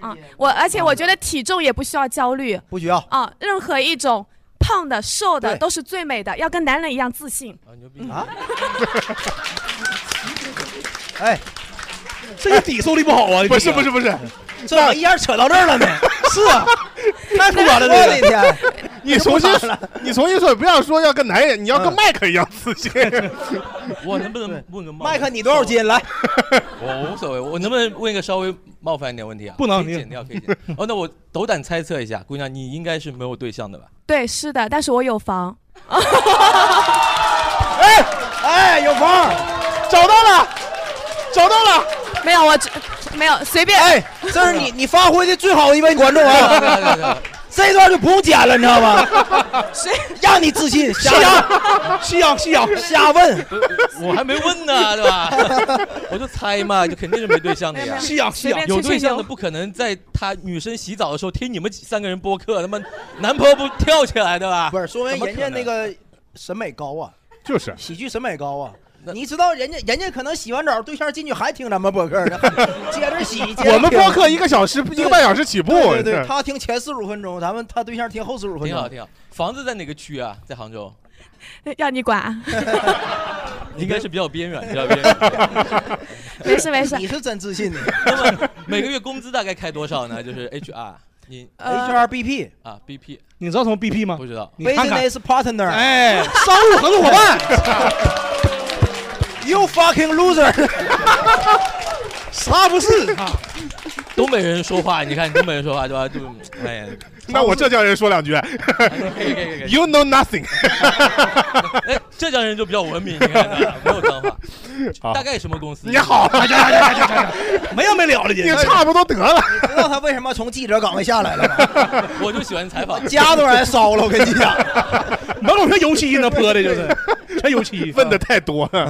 啊，我而且我觉得体重也不需要焦虑不需要。啊，任何一种胖的、瘦的对都是最美的，要跟男人一样自信。啊，牛逼！哎，这个底受力不好啊，不是不是不是，这怎么一下扯到这儿 了呢？是啊， 太突然了，我的啊天！你重新你重新说，不要说要跟男人，你要跟麦克一样自信。我能不能问个冒 麦克，你多少？斤？来， 我无所谓，我能不能问一个稍微冒犯一点问题啊？不能可以你剪掉，可以剪。哦，那我斗胆猜测一下，姑娘，你应该是没有对象的吧？对，是的，但是我有房。哎哎，有房，找到了，找到了，没有，我只没有随便。哎，这是你你发挥的最好的一位观众啊！对对对这一段就不用剪了，你知道吗？ 谁让你自信， 瞎夕阳夕阳，瞎问，我还没问呢，对吧？ 我就猜嘛，就肯定是没对象的 呀。夕阳夕随阳便，有吹对吹象的牛。不可能在她女生洗澡的时候听你们三个人播客，他妈男朋友不跳起来的吧不？是说明人家怎么那可个审美高啊，就是喜剧审美高啊那。你知道人家人家可能洗完澡，对象进去还听咱们播客 呢，接着洗。接着听我们播客一个小时一个半小时起步，对对对，是他听前四十五分钟，咱们他对象听后四十五分挺好钟。 挺好。房子在哪个区啊？在杭州，要你管啊？ 应该是比较边缘，比较边缘。 没事没事你。是真自信的 那么每个月工资大概开多少呢？就是 HR，你呃， ，HRBP 啊 BP 你知道什么 BP 吗不？知道。你看看， Business Partner，哎，商务合作伙 伴， You fucking loser！ 啥不是啊？东北人说话，你看东北人说话对吧？就哎呀， 啊那 我浙江人说两句哎可以可以可以可以。 ，You know nothing。 哎，浙江人就比较文明，你看对吧没有脏话。 好大概什么公司？你好，没完没了的，你这差不多得了。你知道他为什么从记者岗位下来了吗？ 我就喜欢采访。家都让人烧了，我跟你 讲。门口全油漆呢，泼的 就是全油漆。问的太多了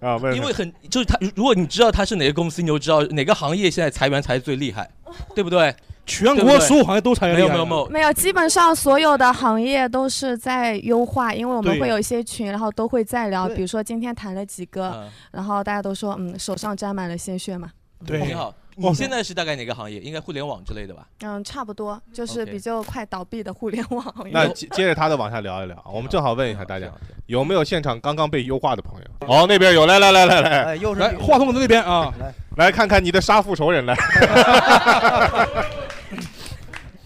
啊，问得因为很就是他，如果你知道他是哪个公司，你就知道哪个行业现在裁员裁得最厉害，对不对？全对不国对所有行业都裁员，没有没有没，有，没有，基本上所有的行业都是在优化，因为我们对会有一些群，然后都会在聊，对比如说今天谈了几个，嗯，然后大家都说，嗯，手上沾满了鲜血嘛，挺对，哦好。你现在是大概哪个行业？应该互联网之类的吧？嗯，差不多，就是 OK 比较快倒闭的互联网行 那业。接接着他的往下聊一聊，我们正好问一下大家挺好，挺好有没有现场刚刚被优化的朋友？哦，那边有，来来来来来，哎，又是来女话筒在那边啊，来看看你的杀父仇人来。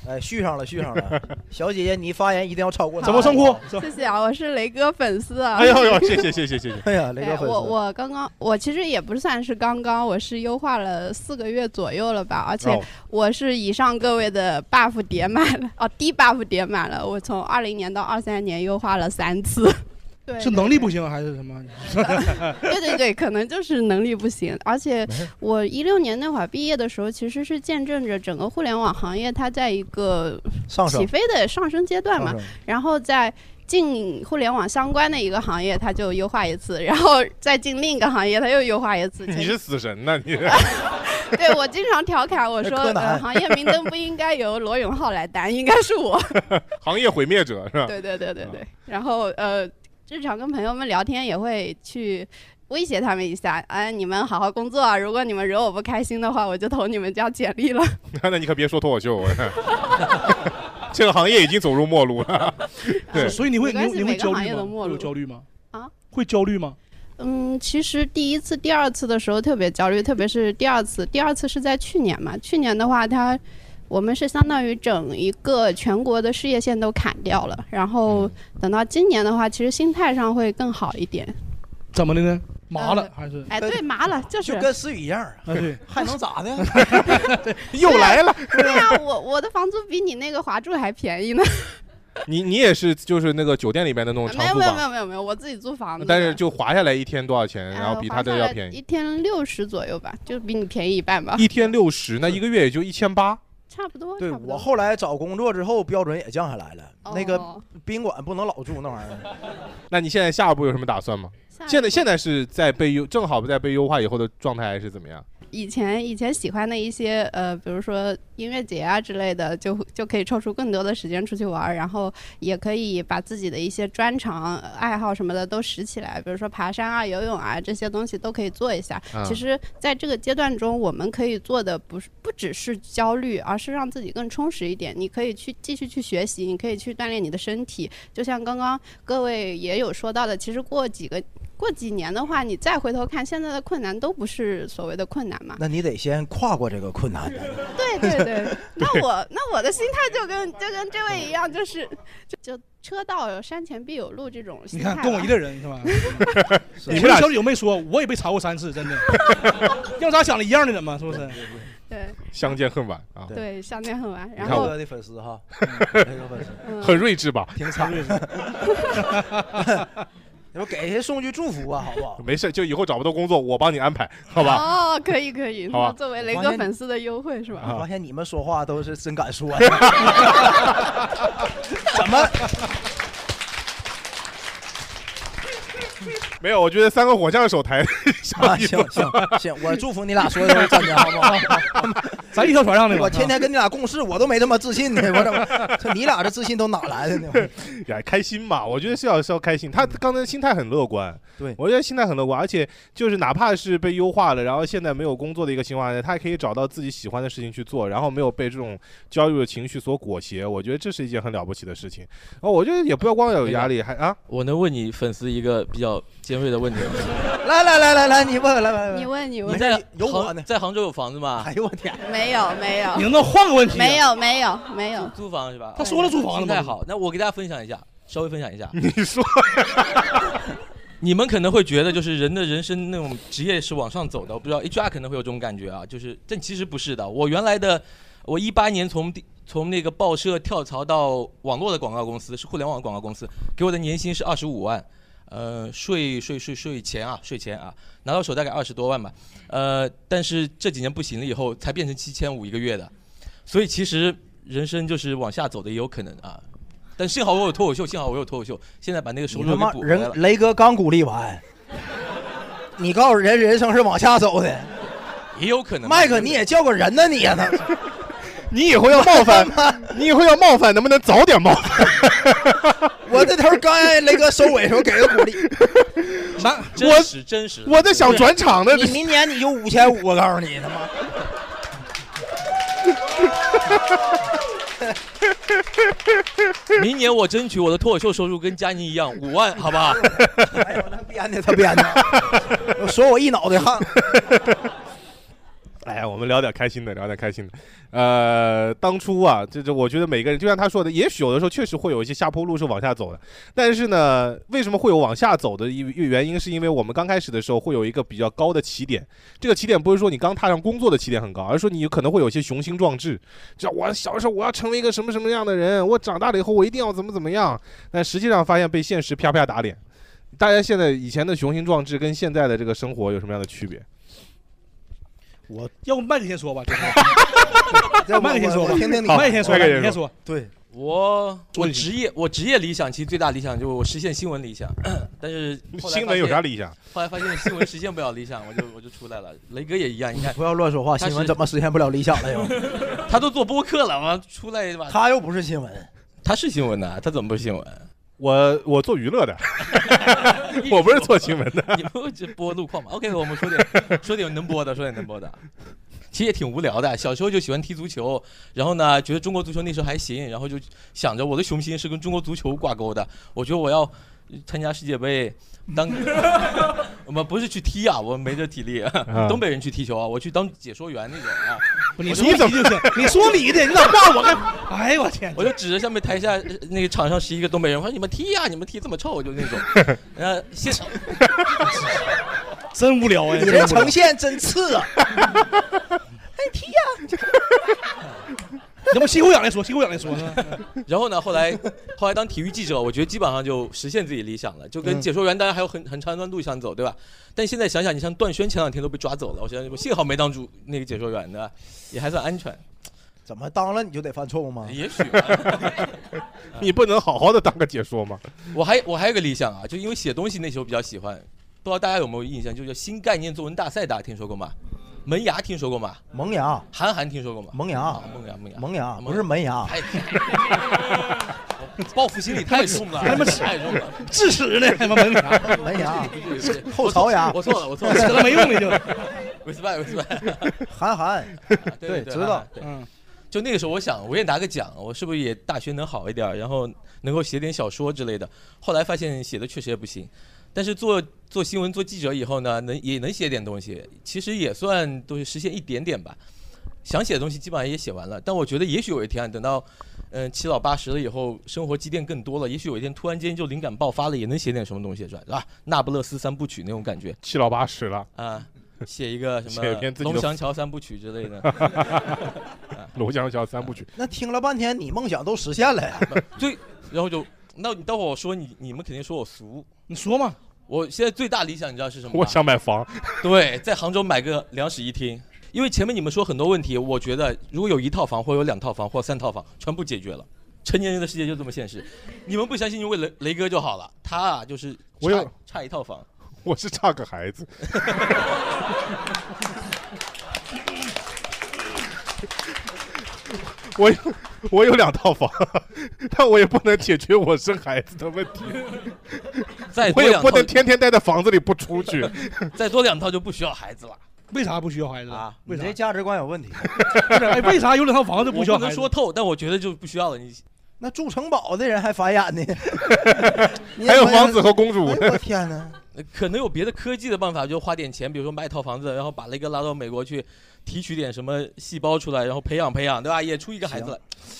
哎，续上了，续上了。小姐姐，你发言一定要超过。怎么称呼？怎么谢谢啊，我是雷哥粉丝啊。 哎呦呦，谢谢谢谢谢谢。哎 呀，雷哥对，粉丝。我我刚刚我其实也不算是刚刚，我是优化了四个月左右了吧，而且哦我是以上各位的 buff 叠满了，哦低 buff 叠满了，我从二零年到二三年优化了三 次。对，是能力不行还是什么？对对对，可能就是能力不行。而且我一六年那会儿毕业的时候，其实是见证着整个互联网行业它在一个上起升，飞的上升阶段上嘛。升。然后再进互联网相关的一个行业，它就优化一次，然后再进另一个行业，它又优化一次。你是死神呐、你！哎对我经常调侃我说，柯南呃，行业明灯不应该由罗永浩来担，应该是我。 行业毁灭者 是吧？对对对对啊对。然后呃，日常跟朋友们聊天也会去。威胁他们一下，哎，你们好好工作啊！如果你们惹我不开心的话，我就投你们家简历了。那你可别说脱口秀，我 这个行业已经走入末路 了。对所以你会没你关会系你会每个焦行虑业吗都？没会有入焦虑吗？啊， 会焦虑吗？嗯，其实第一次、第二次的时候特别焦虑，特别是第二次，第二次是在去年嘛。去年的话，它我们是相当于整一个全国的事业线都砍掉了，然嗯后等到今年的话，其实心态上会更好一点。怎么的呢？麻了还是？呃哎，跟对，麻了，就是就跟思雨一样，啊对，还能咋的？ 又来了，啊对呀、我我的房租比你那个华住还便宜呢。你你也是就是那个酒店里面的那种长啊没有租没有没房，有没有没有，我自己租房子的，但是就划下来一天多少钱，然后比他划下的来要便宜一，天六十左右吧，就比你便宜一半吧，一天六十，那一个月也就一千八。差不多。对我后来找工作之后，标准也降下来了。那个宾馆不能老住那玩意儿，那你现在下一步有什么打算吗？现在现在是在被优，正好在被优化以后的状态是怎么样？以前以前喜欢的一些呃，比如说音乐节啊之类的，就就可以抽出更多的时间出去玩儿，然后也可以把自己的一些专长、呃爱好什么的都拾起来，比如说爬山啊、游泳啊这些东西都可以做一下。嗯其实，在这个阶段中，我们可以做的不是不只是焦虑，而是让自己更充实一点。你可以去继续去学习，你可以去锻炼你的身体，就像刚刚各位也有说到的，其实过几个。过几年的话，你再回头看现在的困难，都不是所谓的困难嘛。那你得先跨过这个困难。对对 对，那我那我的心态就跟就跟这位一样，就是就就车到山前必有路这种心你态吧。看，跟我一个人是吧？ 你你们们俩小九妹说，我也被查过三次，真的，要咱想的一样的人嘛，是不是？对相见恨晚啊！对，相见恨晚。然看后我的粉丝哈， 哎嗯很睿智吧？挺惨。你说给谁送句祝福啊，好不好？ 没事，就以后找不到工作，我帮你安排，好吧？哦，可以可以，好吧那作为雷哥粉丝的优惠是吧？我发现你们说话都是真敢说呀， 怎么没有，我觉得三个火枪手抬啊，哎 行行行，我祝福你俩说的都是真的，好不好？ 咱一条船上的嘛我天天跟你俩共事，我都没这么自信呢。我怎么，这 你俩这自信都哪来的呢？ 呀，开心嘛，我觉得是要是要开心。他刚才心态很乐观，对我觉得心态很乐观，而且就是哪怕是被优化了，然后现在没有工作的一个情况下，他还可以找到自己喜欢的事情去做，然后没有被这种焦虑的情绪所裹挟，我觉得这是一件很了不起的事情。哦，我觉得也不要光有压力，还啊，我能问你粉丝一个比哦 较尖锐的问题吗？来 来来来来，你问来来，来你问你你问，在有我呢，在杭州有房子吗？哎呦我天，没有没有，你能不能换个问题啊没有没有没有，租房是吧？他说了租房了吗太好，那我给大家分享一下，稍微分享 一下。你说， 你们可能会觉得就是人的人生那种职业是往上走的，我不知道 HR 可能会有这种感觉啊，就是但其实不是的。我原来的，我一八年从地从那个报社跳槽到网络的广告公司，是互联网广告公司，给我的年薪是二十五万，呃，税税税税前啊，税前啊，拿到手大概二十多万吧，呃，但是这几年不行了以后，才变成七千五一个月的，所以其实人生就是往下走的也有可能啊。但幸好我有脱口秀，幸好我有脱口秀，现在把那个收你入他给妈补回来人了。雷哥刚鼓励完，你告诉人人生是往下走的，也有可能。麦克你也叫个人呢你呀他。 你以后 要冒犯，你以后要冒犯，能不能早点冒犯？我这头刚让雷哥收尾的时候给个鼓励，真实真实， 我在想转场呢你明年你就五千五，我告诉你他 妈。明年我争取我的脱口秀收入跟佳宁一样五万，好 吧？编的，他编的， 我说我一脑袋汗。 哎呀，我们聊点开心的，聊点开心的。呃，当初啊，这这，我觉得每个人，就像他说的，也许有的时候确实会有一些下坡路是往下走的，但是呢，为什么会有往下走的一一原因，是因为我们刚开始的时候会有一个比较高的起点，这个起点不是说你刚踏上工作的起点很高，而是说你可能会有一些雄心壮志，这我小时候我要成为一个什么什么样的人，我长大了以后我一定要怎么怎么样，但实际上发现被现实啪啪打脸。大家现在以前的雄心壮志跟现在的这个生活有什么样的区别？我要不麦克先说吧，啊 我麦克先说吧，我听听你麦克先说，麦麦克克先说先说，对我我职业我职业理想其实最大理想就是我实现新闻理想， 但是后来发现新闻有啥理想？后来发现新闻实现不了理想，我就我就出来了。雷哥也一样，你哎看 不要乱说话，他新是闻怎么实现不了理想了又？ 他都做播客了，我出来吧。他又不是新闻，他是新闻的，他怎么不是新闻？ 我我做娱乐 的，我不是做新闻的。你不直播路况吗？OK，我们说点说点能播的，说点能播的。 其实也挺无聊的，小时候就喜欢踢足球，然后呢，觉得中国足球那时候还行，然后就想着我的雄心是跟中国足球挂钩的，我觉得我要呃参加世界杯，当 我们不是去踢啊，我没这体力，东北人去踢球啊，我去当解说员那种啊。 不你我说就你就行，你说你的，你咋挂我干？哎呦我天！我就指着下面台下呃那个场上十一个东北人，我说你们踢呀、你们踢这么臭，就那 种。然后现场真无聊 哎，你这 哎啊呈现真次啊！要不吸口氧再说，吸口氧再说。 然后呢，后来后来当体育记者，我觉得基本上就实现自己理想了，就嗯跟解说员当然还有很很长一段路想走，对吧？但现在想想，你像段轩前两天都被抓走了，我想我幸好没当主那个解说员的，也还算安全。啊怎么当了你就得犯错误吗？也许 你不 能好好的当个解说吗？ 我还我还有个理想啊，就因为写东西那时候比较喜欢，不知道大家有没有印象，就叫新概念作文大赛，大家听说过吗？门牙听说过吗？萌芽，韩寒听说过吗？萌芽啊萌芽，萌芽，哎萌芽不是门牙， 报复心理太重了，还他妈太重 了，智齿呢还他妈门牙 门牙啊后槽牙我错了，我错了，扯了没用 了就。 respect，respect， 韩寒， 对，知道，嗯。就那个时候，我想我也拿个奖，我是不是也大学能好一点儿，然后能够写点小说之类的。后来发现写的确实也不行，但是做做新闻、做记者以后呢，能也能写点东西，其实也算都是实现一点点吧。想写的东西基本上也写完了，但我觉得也许有一天啊，等到嗯七老八十了以后，生活积淀更多了，也许有一天突然间就灵感爆发了，也能写点什么东西出来，是吧？那不勒斯三部曲那种感觉。七老八十了啊，写一个什么写一篇自己的龙翔桥三部曲之 类的。啊罗翔桥三部曲， 那听了半天，你梦想都实现了呀？最，然后就，那你待会儿我说你，你们肯定说我俗，你说嘛？我现在最大理想你知道是什么吗？我想买房， 对，在杭州买个两室一厅，因为前面你们说很多问题，我觉得如果有一套房或者有两套房或者三套房，全部解决了。成年人的世界就这么现实，你们不相信，你问雷雷哥就好了，他啊就是我差有差一套房，我是差个孩子。 我有我有两套房，但我也不能解决我生孩子的问题。再我多也两不套能天天待在房子里不出去。再多两套就不需要孩子了。 为啥不需要孩子啊？为啥？这价值观有问题。 哎，为啥有两套房子不需要我不孩子？能说透，但我觉得就不需要了。你那住城堡的人还繁衍 呢，还有王子和公主哎呦我天哪！呃可能有别的科技的办法，就花点钱，比如说买一套房子，然后把雷哥拉到美国去，提取点什么细胞出来，然后培养培养，对吧？也出一个孩子来，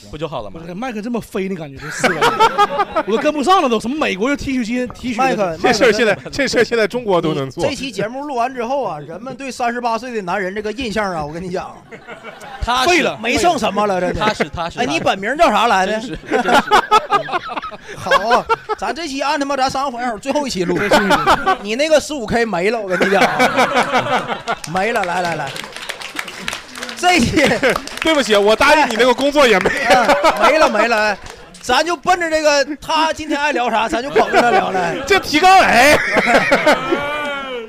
不就好了不吗？是麦克这么飞的感觉，这思维我都跟不上了，都什么美国又提取基因提取麦克麦的，克这事儿现在这事儿现在中国都能这期节目录完之后啊，人们对三十八岁的男人这个印象啊，我跟你 讲，他废了，没剩什么了，真的。踏实踏实。哎，你本名叫啥来的真？是 好啊，咱这期按他妈咱三个朋友最后一期录， 你那个十五 K 没了，我跟你讲啊， 没了，来来来，这期 对不起，我答应你那个工作也没。没了没了，哎咱就奔着这个他今天爱聊啥，咱就捧着他聊来。 这提纲哎，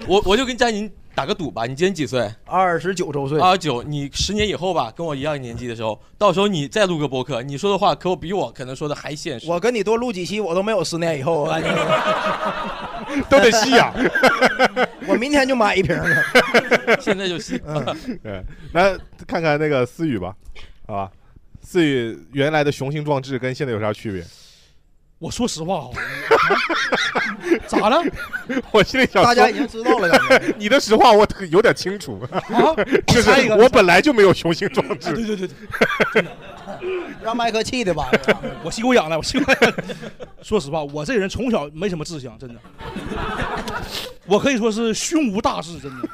我我就跟佳宁打个赌吧，你今年几岁？二十九周岁。二十九，你十年以后吧，跟我一样年纪的时候，到时候你再录个播客，你说的话可我比我可能说的还现实。我跟你多录几期，我都没有十年以后，啊我感觉 都得吸氧。 我明天就买一瓶 了。 现在 就吸。嗯对，来看看那个思雨吧，好吧，思雨原来的雄心壮志跟现在有啥区别？我说实话哈，啊 咋了？ 我心里想说，大家已经知道了感 啊你的实话我特有点清楚， 就猜一是个啊我本来就没有雄心壮志。对对对， 让麦克气的吧。 我吸过氧了，我吸过氧。说实话，我这人从小没什么志向，真的。我可以说是胸无大志，真的。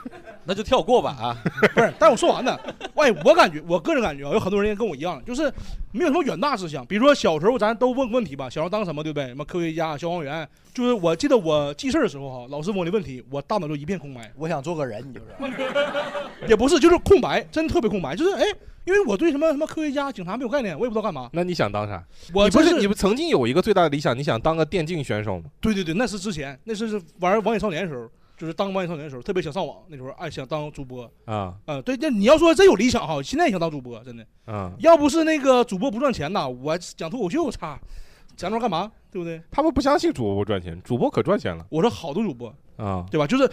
那就跳过吧啊！不是，但我说完呢。哎，我感觉，我个人感觉啊，有很多人跟我一样，就是没有什么远大志向。比如说小时候咱都问问题吧，小时候当什么对不对？什么科学家、消防员。就是我记得我记事儿的时候哈，老师问我的问题，我大脑就一片空白。我想做个人，你就是。 也不是，就是空白，真的特别空白。就是哎，因为我对什么什么科学家、警察没有概念，我也不知道干嘛。那你想当啥？我你不这是是你们曾经有一个最大的理想，你想当个电竞选手吗？对对对，那是之前，那是是玩网瘾少年的时候，就是当网瘾少年的时候，特别想上网，那时候爱想当主播。啊啊、对，那你要说真有理想哈，现在也想当主播，真的。啊，要不是那个主播不赚钱呐，我讲脱口秀，操，讲那干嘛？对不对？他们不相信主播不赚钱，主播可赚钱了我说好多主播，啊。对吧？就是，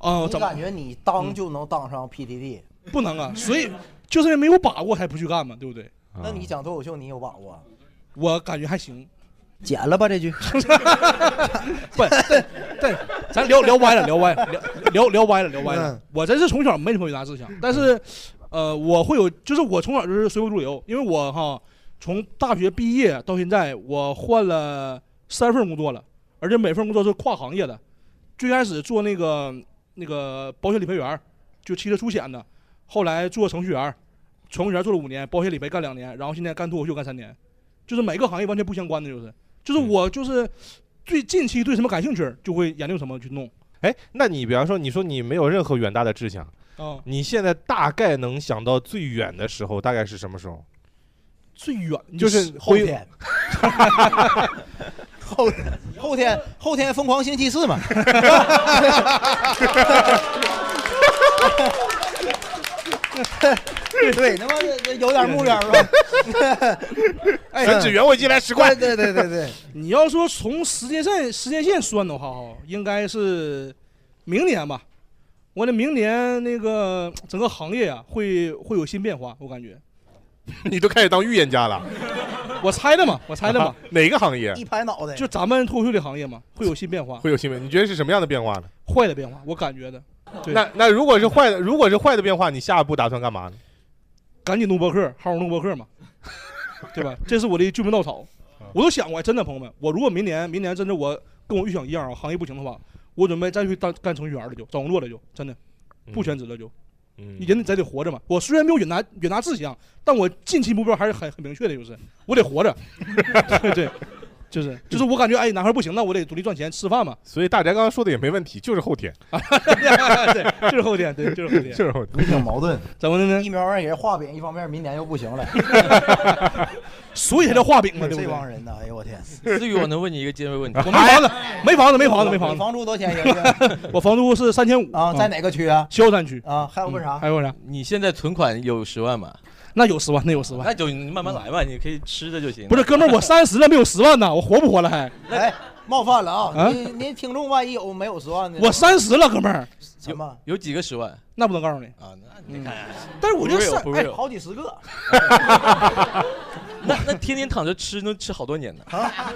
呃，你怎么感觉你当就能当上 PDD？不能啊？所以就是因为没有把握才不去干嘛，对不对？那你讲脱口秀，你有把握？我感觉还行。剪了吧这句。 不，对对，咱聊聊歪了，聊歪了， 聊聊聊歪了，聊歪了。我真是从小没什么伟大志向，但是，呃，我会有，就是我从小就是随波逐流，因为我哈，从大学毕业到现在，我换了三份工作了，而且每份工作是跨行业的。最开始做那个那个保险理赔员儿，就汽车出险的，后来做程序员儿，从员做了五年，保险理赔干两年，然后现在干脱口秀干三年，就是每个行业完全不相关的，就是就是我就是最近期对什么感兴趣儿就会研究什么去弄。哎，那你比方说，你说你没有任何远大的志向，哦，你现在大概能想到最远的时候，大概是什么时候？ 最远就是后天，后天后会 天后天疯狂星期四嘛。 对，他妈的有点目标是吧？哎选址原位进来10块对对对对， 你要说从时间线时间线算的话，哈，应该是明年吧。我的明年那个整个行业啊，会会有新变化，我感觉。 你都开始当预言家了，。我猜的嘛，我猜的嘛哪个行业一拍脑袋，就咱们脱口秀的行业嘛，会有新变化， 会有新闻？你觉得是什么样的变化呢？坏的变化，我感觉的。对那那如果是坏的，如果是坏的变化，你下一步打算干嘛呢？赶紧弄播客，好好弄播客嘛，对吧？这是我的救命稻草。我都想过，哎真的朋友们，我如果明年明年真的我跟我预想一样啊，行业不行的话，我准备再去当干程序员了就，找工作了就，真的不全职了就。嗯你人得咱得活着嘛。我虽然没有远大远大志向，啊但我近期目标还是很很明确的，就是我得活着。 对对，就是就是我感觉哎，哪块不行，那我得独立赚钱吃饭嘛。哎所以大宅刚刚说的也没问题，就是后天。对， 就是后天，对，就是后天，就是后天，挺矛盾。怎么的呢？一苗让人画饼，一方面明年又不行了， 所以才叫画饼嘛，啊对不这对？帮人呐，哎呦我天！思雨，我能问你一个尖锐问题？我没房子，没房子，没房子，没房你子。哎房租多少钱一个月？ 我房租是三千五啊在哪个区啊？萧山区嗯啊，还有问啥？还有啥？你 现在存款有十万吗？那有十万，那有十万。那就你慢慢来嘛，你可以吃的就行。不是，哥们儿，我三十了，没有十万呢，我活不活了还？哎，冒犯了啊！啊你你听众万一有没有十万的？我三十了，哥们儿，什么？ 有几个十万？那不能告诉你啊。嗯那你看，但是我就不是 real，不哎 real 好几十个。 那那天天躺着吃，能吃好多年呢。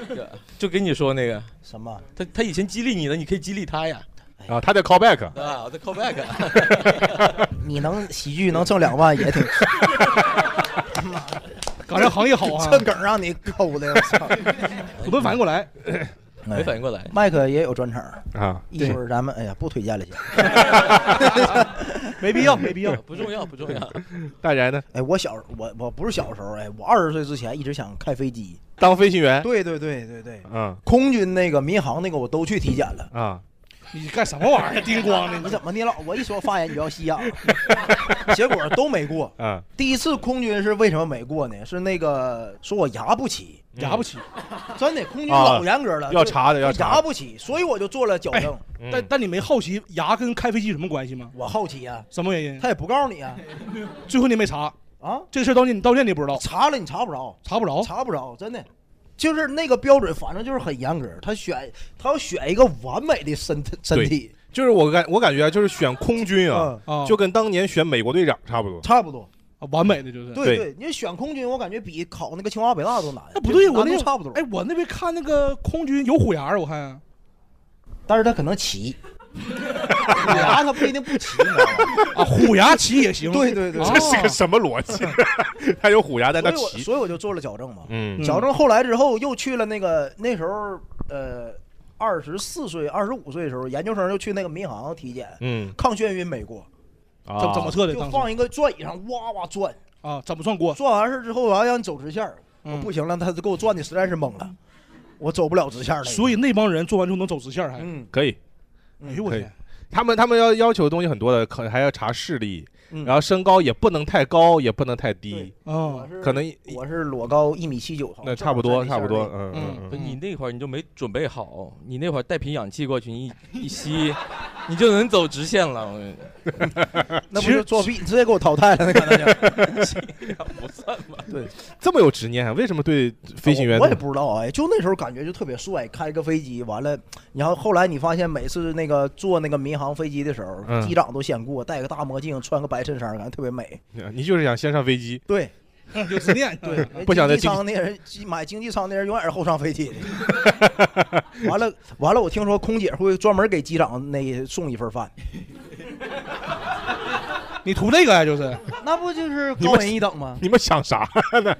对就跟你说那个啊什么，他他以前激励你的，你可以激励他呀。啊，他在 call back，啊，我在 call back。 你能喜剧能挣两万也 挺，赶上行业好啊这梗让你抠的，我操！ 我没反应 过来，没反应过来。哎麦克也有专场啊一会儿咱们哎呀不推荐了先。 没必要，没必要。 不重要，不重要。 大宅呢？哎，我小我我不是小时候，哎，我二十岁之前一直想开飞机。当飞行员？对对对对对，嗯空军那个、民航那个我都去体检了。啊，你干什么玩意儿？啊叮咣的， 你怎么的了？我一说发言你就要吸氧，结果都没过。嗯，第一次空军是为什么没过呢？是那个说我牙不齐，嗯牙不起。 真的空军啊老严格了，要查的就要就查的牙不齐，所以我就做了矫正。嗯但但你没好奇牙跟开飞机有什么关系吗？我好奇啊，什么原因？他也不告诉你啊 最后你没查啊，这事儿，到现你到现在你不知道，查了你查不着，查不着。查不着，真的。就是那个标准，反正就是很严格。他选，他要选一个完美的身体身体，就是我感我感觉啊，就是选空军啊，啊，就跟当年选美国队长差不多。嗯差不多。啊完美的就是。对对，你选空军，我感觉比考那个清华北大都难。那不对，我难那度差不多。哎，我那边看那个空军有虎牙儿，我看啊但是他可能齐，牙他不一定不齐，你知道吧？啊，虎牙旗也行。 对对对啊这是个什么逻辑？ 他有虎牙，但所他以我骑。所以我就做了矫正嘛。嗯矫正后来之后，又去了那个那时候呃二十四岁、二十五岁的时候，研究生就去那个民航体检，嗯，抗眩晕没过，啊怎么怎么测的？就当放时一个转椅上哇哇转，啊，怎么算锅？转完事之后完让你走直线儿，嗯不行了，他给我转的实在是懵了，我走不了直线儿了。所以那帮人做完之后能走直线儿还。嗯，可以？哎呦我可以天！他们他们要要求的东西很多的，可还要查视力，嗯然后身高也不能太高，也不能太低，我啊，是可能一我是裸高一米七九，哦那差不多差不多，嗯嗯嗯嗯不是你那会儿你就没准备好，你那会儿带瓶氧气过去，你一一吸，你就能走直线了。我跟你讲那不就作弊？你直接给我淘汰 了，那 可能就。不算吧？嗯，这么有执念，为什么对飞行员我？我也不知道哎，就那时候感觉就特别帅，开个飞机完了，然后后来你发现每次那个坐那个民航飞机的时候，嗯机长都先过，戴个大墨镜，穿个白衬衫，感觉特别美。 你就是想先上飞机， 对有执念。 对，不想再经济舱那人买经济舱那人永远是后上飞机的。完了完了，我听说空姐会专门给机长那送一份饭，你图这个呀，就是那不就是 你高们人一等吗？你们想啥 呢？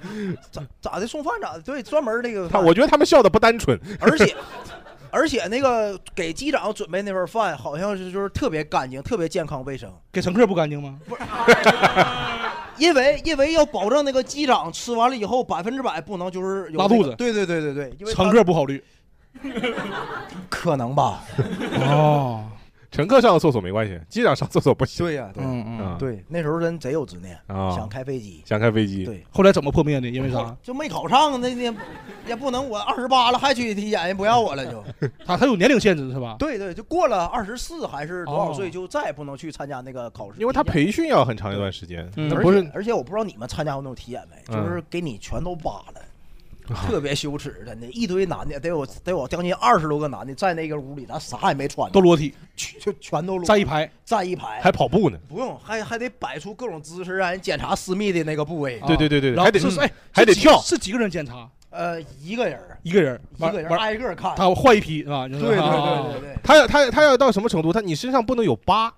咋咋的送饭咋的？对，专门那个他饭我觉得他们笑的不单纯， 而且而且那个给机长准备那份饭，好像是就是特别干净、特别健康卫生。给乘客不干净吗？因为因为要保证那个机长吃完了以后百分之百不能就是有拉那肚个子对对对对对，因为他乘客不考虑。可能 吧。哦，乘客上个厕所没关系，机长上厕所不行。对呀、对，嗯啊对，那时候人贼有执念，啊想开飞机，想开飞机，对，后来怎么破灭的？因 为啥？就没考上，那那也不能我二十八了还去体检，人不要我了就。他他有年龄限制是吧？对对，就过了二十四还是多少哦岁，就再也不能去参加那个考试。因为他培训要很长一段时间，嗯那而不是且而且我不知道你们参加过那种体检没，嗯就是给你全都扒 了。特别羞耻，真的，一堆男的，得有得有将近二十多个男的在那个屋里，咱啥也没穿，都裸体，去就全都裸站一排，站一排，还跑 步呢。不用，还还得摆出各种姿势，让人检查私密的那个部位。对对对对，然还后得嗯是哎，还得是几跳，是几个人检查？呃，一个人儿，一个人，一个人儿完完挨个儿看。他换一批是吧？对对对对对 对。他要他他要到什么程度？他你身上不能有疤，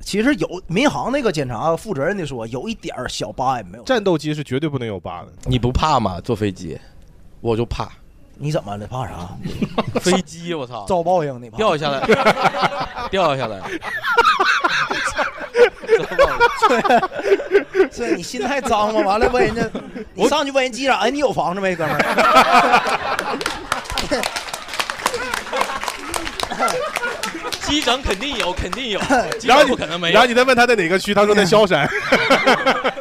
其实有民航那个检查，负责任的说，有一点儿小疤也没有。战斗机是绝对不能有疤的。你不怕吗？坐飞机，我就怕你怎么了？怕啥？飞机，我 操，遭报应的怕？掉下来， 掉下来，这 你心态脏吗？完了问人 家，你上去问人机长，哎，你有房子没，哥们儿？机长肯定有，肯 定有，机然后长你不可能没然有后。你再问他在哪个区，他说在萧山。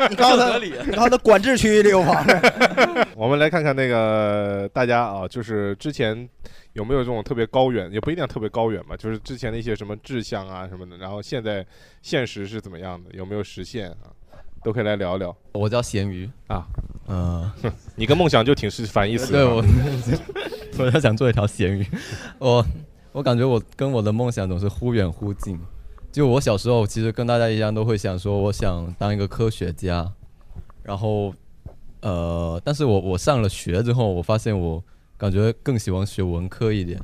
你告诉这他，合理你告诉他管制区里有房子。我们来看看那个大家啊，就是之前有没有这种特别高远，也不一定特别高远吧，就是之前的一些什么志向啊什么的，然后现在现实是怎么样的，有没有实现啊？都可以来聊聊。我叫咸鱼啊，嗯，你跟梦想就挺是反义词啊的对 我，我在想做一条咸鱼。我我感觉我跟我的梦想总是忽远忽近。就我小时候，其实跟大家一样，都会想说，我想当一个科学家。然后，呃，但是我我上了学之后，我发现我感觉更喜欢学文科一点，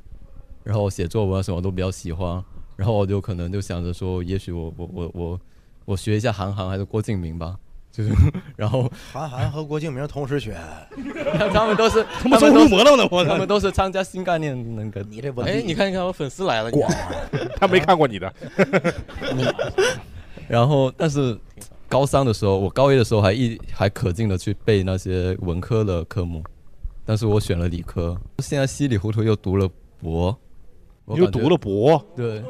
然后写作文啊什么都比较喜欢。然后我就可能就想着说，也许我我我我我学一下韩寒还是郭敬明吧，就是 然后韩寒和郭敬明同时选， 他们都是他妈走火入魔了呢！我他操们！都是参加新概念那个。你这文哎，笔你看，你看，我粉丝来了，你广看 他没看过你的， 然后，但是高三的时候，我高一的时候还一还可劲的去背那些文科的科目，但是我选了理科。现在稀里糊涂又读了博，我你就感觉读了博，对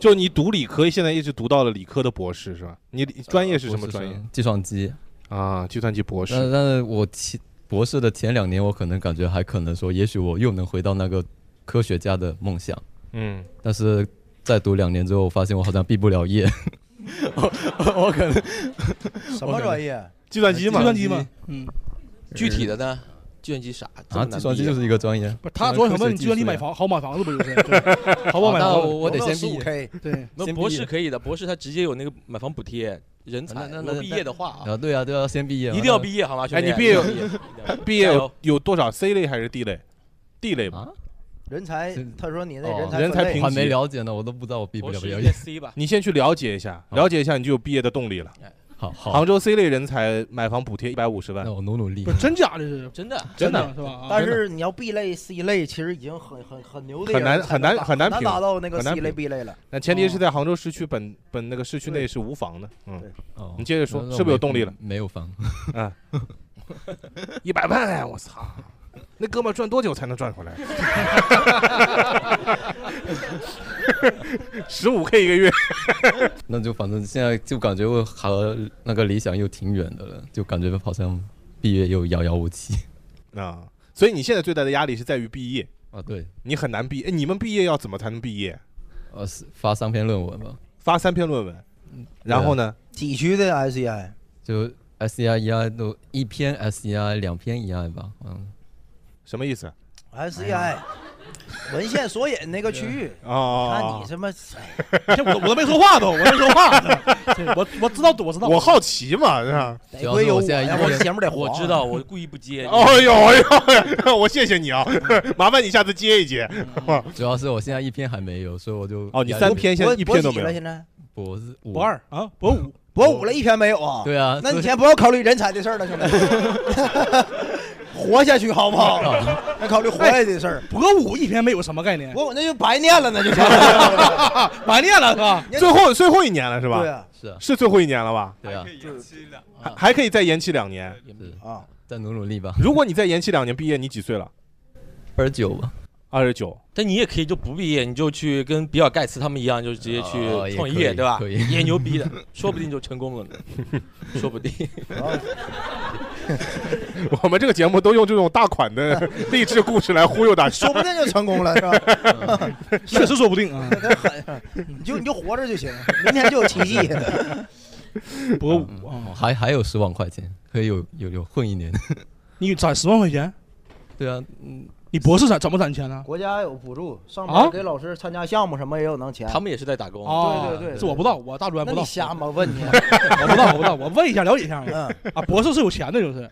就你读理科，现在一直读到了理科的博士是吧？你理专业是什么博士专业生？计算机。啊？计算机博但士。但是我其博士的前两年，我可能感觉还可能说，也许我又能回到那个科学家的梦想。嗯，但是再读两年之后，我发现我好像毕不 了业，我我可能什么专业？计算机呃计嘛，算机嘛，嗯，具体的呢？计算机啥？这啊，么难计算机毕业就是一个专业。不是他主要想问你计算机技术呀买房好买房子不就是？ 对好不好买那啊房我子？我得先十毕五业。 K，对，那先博毕士业可以的，博士他直接有那个买房补贴，人才。那那如果那毕业的话啊， 啊，对啊，对啊，先毕业嘛，一定要毕业好吗？兄弟，哎你毕业一定要毕业 毕业加有油有多少 C 类还是 D 类？D 类吧。啊！人才是，他说你那哦人才人才分类评还没了解呢，我都不知道我毕不博了士不了应业该。C 吧？哎你先去了解一下，好了解一下你就有毕业的动力了。好好杭，州 C 类人才买房补贴一百五十万那，我努努力不。是真假的是真的，真的是吧？啊但是你要 B 类、C 类，其实已经很很很牛的很人难才很能难达很难难评达到那个很难 C 类、B 评类了。哦那前提哦是在杭州市区本本那个市区内是无房的。嗯，哦你接着说那那我是不是有没动力了？没有房，嗯一百万啊，我操！那哥们儿赚多久才能赚回来？ 十五 K 一个月， 那就反正现在就感觉我和那个理想又挺远的了，就感觉好像毕业又遥遥无期 啊！所以你现在最大的压力是在于毕业，啊。对，你很难毕业。哎你们毕业要怎么才能毕业？呃，是发三篇论文嗯吧，发三篇论文，然后呢？几区的 SCI？就 SEI、EI 都一篇 SEI 两篇 EI 吧，嗯，什么意思？ SCI 文献索引那个区域，看哦你，什 么？ 这我我都没说话都，我没说话， 对我我知道我知道，我好奇嘛，是吧？得亏有主要是我现在呀一，我边节目得我黄啊知道，我故意不接。哦呦哎呦，我 谢谢你啊，麻烦你下次接一 接。主要是我现在一篇还没有，所以我就哦，你压力三篇现在博一篇都博几没了有，现在博是博二啊博五，博五了，一篇没有啊？对啊，啊那你所 以先不要考虑人才的事儿了，兄弟。活下去 好不好？要考虑活 啊下去的事儿。啊哎博五一天没有什么概念，我我那就白念了，那就白念了是吧？ 最后最后一年了是吧？对啊是是最后一年了吧？对啊，还还可以再延期两年。啊，再努努力吧，如果你再延期两年毕业，你几岁了？二十九吧，二十九。但你也可以就不毕业，你就去跟比尔盖茨他们一样，就直接哦去也创可业，以对吧？可以也 牛逼的，说不定就成功了呢， 说不定。 我们这个节目都用这种大款 的 励志故事来忽悠大家说。不定就成功了，是吧？ 嗯确实说不 定啊。你就你就活着就行，明天就有奇 迹。博嗯五啊，哦还还有十万块钱，可以有有有混一年。你攒十万块钱，对啊，嗯，你博士攒怎么攒钱 呢？国家有补助，上啊班给老师参加项目什么也有能钱。他们也是在打工，哦对对对这我不知道，我大专那不知你道，瞎吗？问你， 我不知道，我不知道，我问一下了解一下嘛。嗯，啊，博士是有钱的，就是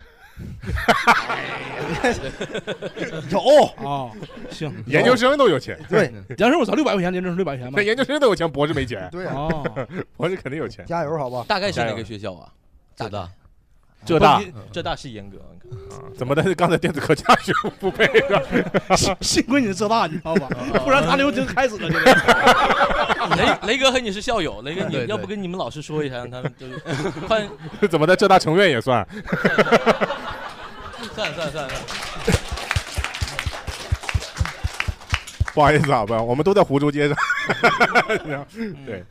有哦啊， 行，研究生都有钱，对研究生我攒六百块钱，研究生六百块钱吧那。研究生都有钱，博士没钱， 对啊，哦，博士肯定有钱。加油好不好？大概是加哪油个学校啊？浙大浙大不浙大是严格，你看啊怎么的？刚才电子科家学不配是吧？ 啊幸幸亏你是浙大，你知道吧？ 不然大流行开始了，这个 雷雷哥和你是校友，雷哥对你对要不跟你们老师说一下，让他 们就是 换 怎么的？浙大成院也算？ 算了算了算了，不好意思啊，不，我们都在湖州街上。 对，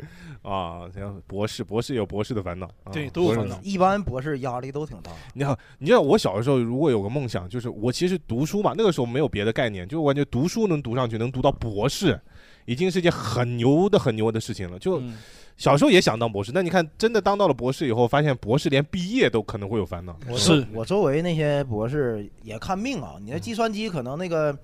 啊，行，博士，博士有博士的烦恼。啊对都有博士烦恼一般博士压力都挺大，你好，你知道我小的时候如果有个梦想，就是我其实读书嘛，那个时候没有别的概念，就我感觉读书能读上去，能读到博士，已经是件很牛的、很牛的事情了。就嗯小时候也想当博士，那你看，真的当到了博士以后，发现博士连毕业都可能会有烦恼。我是我周围那些博士也看病啊，你那计算机可能那个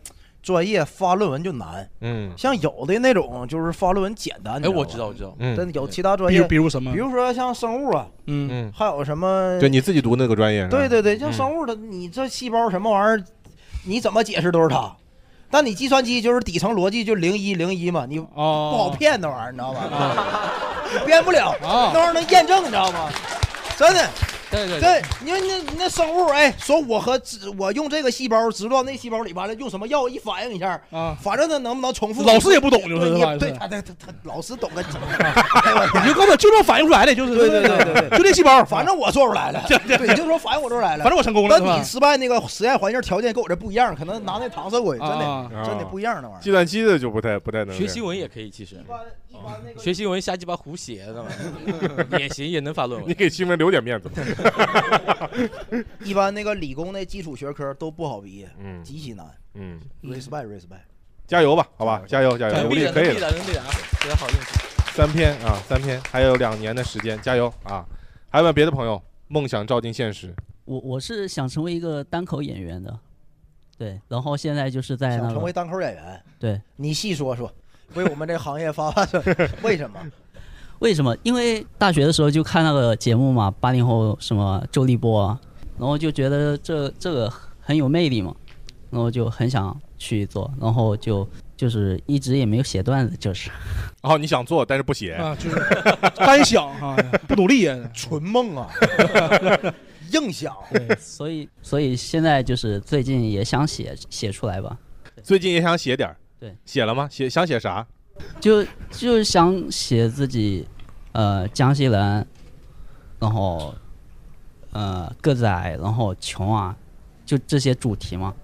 专业发论文就难，嗯像有的那种就是发论文简啊单。哎，我知知道道我知道，吧，嗯，但有其他专比业如，比如什么比？如说像生物啊，嗯，嗯，还有什么就你自己读那个专业，是吧对，对对，像嗯生物的，你这细胞什么玩意儿，你怎么解释都是它。但你计算机就是底层逻辑就零一零一嘛，你不好哦，骗那玩意儿，你知道吧？啊你编不了，哦那玩意儿能验证，你知道吗？真的，对对对，你说那那生物，哎，说我和植我用这个细胞植入到那细胞里，完了用什么药一反应一下，啊，反正它能不能重复？老师也不懂就是对你吧对是他他他他老师懂个鸡，哎我你就根本就能反应出来的，就是对对对对对 就这细胞，反正我做出来了， 对对对，你就说反正我做出来了反。正我成功但了，是吧你？失败那个实验环境条件跟我这不一样，可能拿那搪塞过去，真啊的啊真的不一 样那玩意计算机的就不太不太能学新闻也可以，其实儿。一般那学新闻瞎鸡巴胡写的 嘛，也行，也能发论你文。给新闻留点面子。个一般那个理工的基础学科都不好毕业，嗯极其难。嗯， respect respect， 加油吧，好吧，加油加油，能努力力的，可以的能力。的，能力的啊！给他好运气。三篇啊，三篇，还有两年的时间，加油啊！还有没有别的朋友？梦想照进现实， 我我是想成为一个单口演员的，对，然后现在就是在想那成为个单口演员，对，你细说说，为我们这行业发发声，为什么？为什么？因为大学的时候就看那个节目嘛，八零后什么周立波啊，然后就觉得这这个很有魅力嘛，然后就很想去做，然后就就是一直也没有写段子，就是然后哦你想做，但是不写，啊，就是干想啊，不努力呀， 纯梦啊，硬想。对，所以所以现在就是最近也想写写出来吧，最近也想写点儿，对，写了吗？写想写啥？就就想写自己，呃，江西人，然后，呃，个子矮，然后穷啊，就这些主题嘛。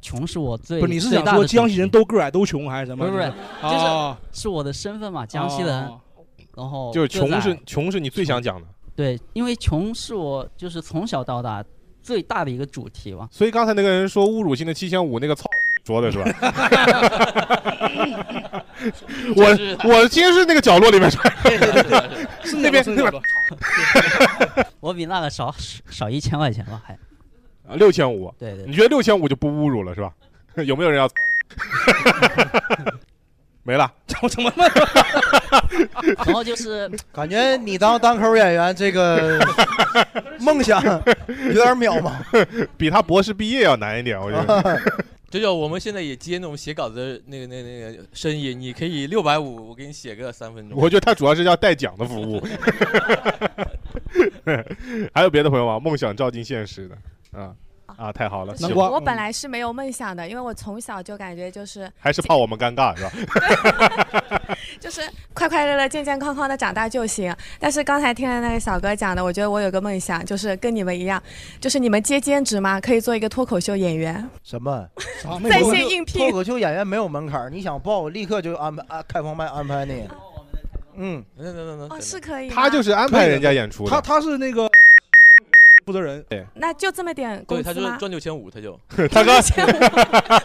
穷是我最不是你是最想大说的江主西人题都个儿矮都穷还是什么？不是不是就是啊，是我的身份嘛，江西人，哦然后就是个子穷矮是穷是你最想讲的，对，因为穷是我就是从小到大最大的一个主题嘛。所以刚才那个人说侮辱性的七千五那个操说的是吧？ 是我我其实是那个角落里面说，是 那边是那边我比那个少少一千块钱吧，还六千五，对对你觉得六千五就不侮辱了是吧？ 有没有人要操？ 没了，我怎么办？ 然后就是感觉你当单口演员这 个 梦想有点渺茫。 比他博士毕业要难一点，我觉得。 九九，我们现在也接那种写稿子的那个、那个、那个生意，你可以六百五，我给你写个三分钟。我觉得他主要是要带奖的服务。 还有别的朋友吗？梦想照进现实的啊，啊，太好了，就是我本来是没有梦想的，因为我从小就感觉就是还是怕我们尴尬是吧？就是快快乐乐、健健康康的长大就行。但是刚才听了那个小哥讲的，我觉得我有个梦想，就是跟你们一样，就是你们接兼职嘛，可以做一个脱口秀演员。什么？啊没在有线应聘脱口秀演员没有门槛儿，你想报立刻就安排啊，开放麦安排你。嗯，等等等哦，是可以。他就是安排人家演出的他他是那个负责人，对，那就这么点工对，他资就吗？赚 六千五，他就他刚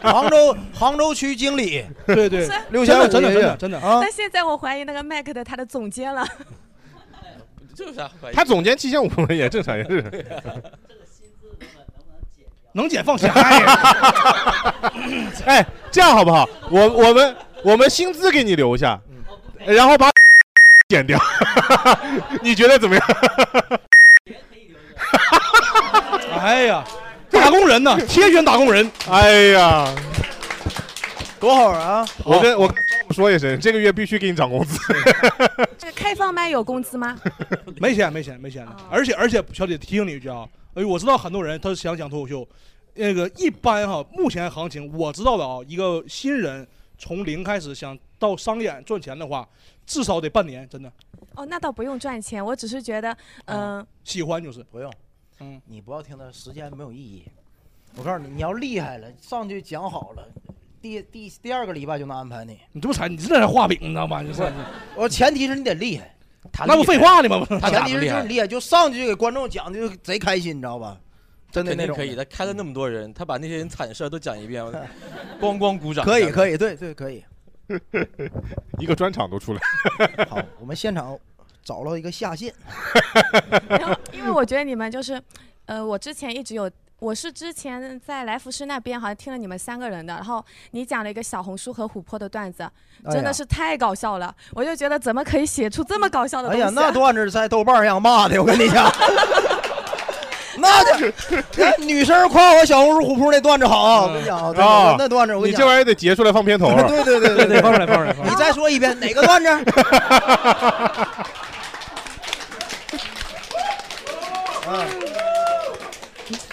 杭 州杭州区经理，对对，六千五真的爷真爷的真的 啊那，现在我怀疑那个 Mac 的他的总监了。这有啥怀疑？他总监七千五也正常，也是能减放心。哎呀 哎，这样好不好？我我们我们薪资给你留下，然后把 减掉， 你觉得怎么样？哎呀，打工人 呐，天选打工人。哎呀，多好啊！我跟我跟我说一声，这个月必须给你涨工资。 这个开放麦有工资吗？没钱，没钱，没钱的。而且而且，小姐提醒你一句啊，哎，我知道很多人他是想讲脱口秀，那个一般哈，目前行情我知道的啊，一个新人从零开始想到商演赚钱的话，至少得半年，真的 哦，那倒不用赚钱，我只是觉得，嗯、喜欢就是。不用，嗯，你不要听他，时间没有意义。我告诉你，你要厉害了，上去讲好了，第第第二个礼拜就能安排你。你这不才你这才画饼，你知道吗？你这我前提是你得厉害，他那不废话呢吗？厉害？前提他咋不是厉就是害你厉害，就上去就给观众讲，就贼开心，你知道吧？真的肯那定种可以，他开了那么多人，他把那些人惨事儿都讲 一遍，咣咣鼓掌。可以，可以。以，对对，可以。 一个专场都出来， 好，我们现场找了一个下线，然后，因为我觉得你们就是，呃，我之前一直有，我是之前在来福士那边好像听了你们三个人的，然后你讲了一个小红书和琥珀的段子，真的是太搞笑了，我就觉得怎么可以写出这么搞笑的哎东西、啊 呀，那段子在豆瓣上骂的，我跟你 讲。 那就哎女生夸我小红书琥珀那段子好啊！我跟你讲啊，真啊的那段子我跟你讲，这玩意儿得截出来放片头啊！ 对对对对对，放出来，放出来，放出来。你再说一遍哪个段 子？啊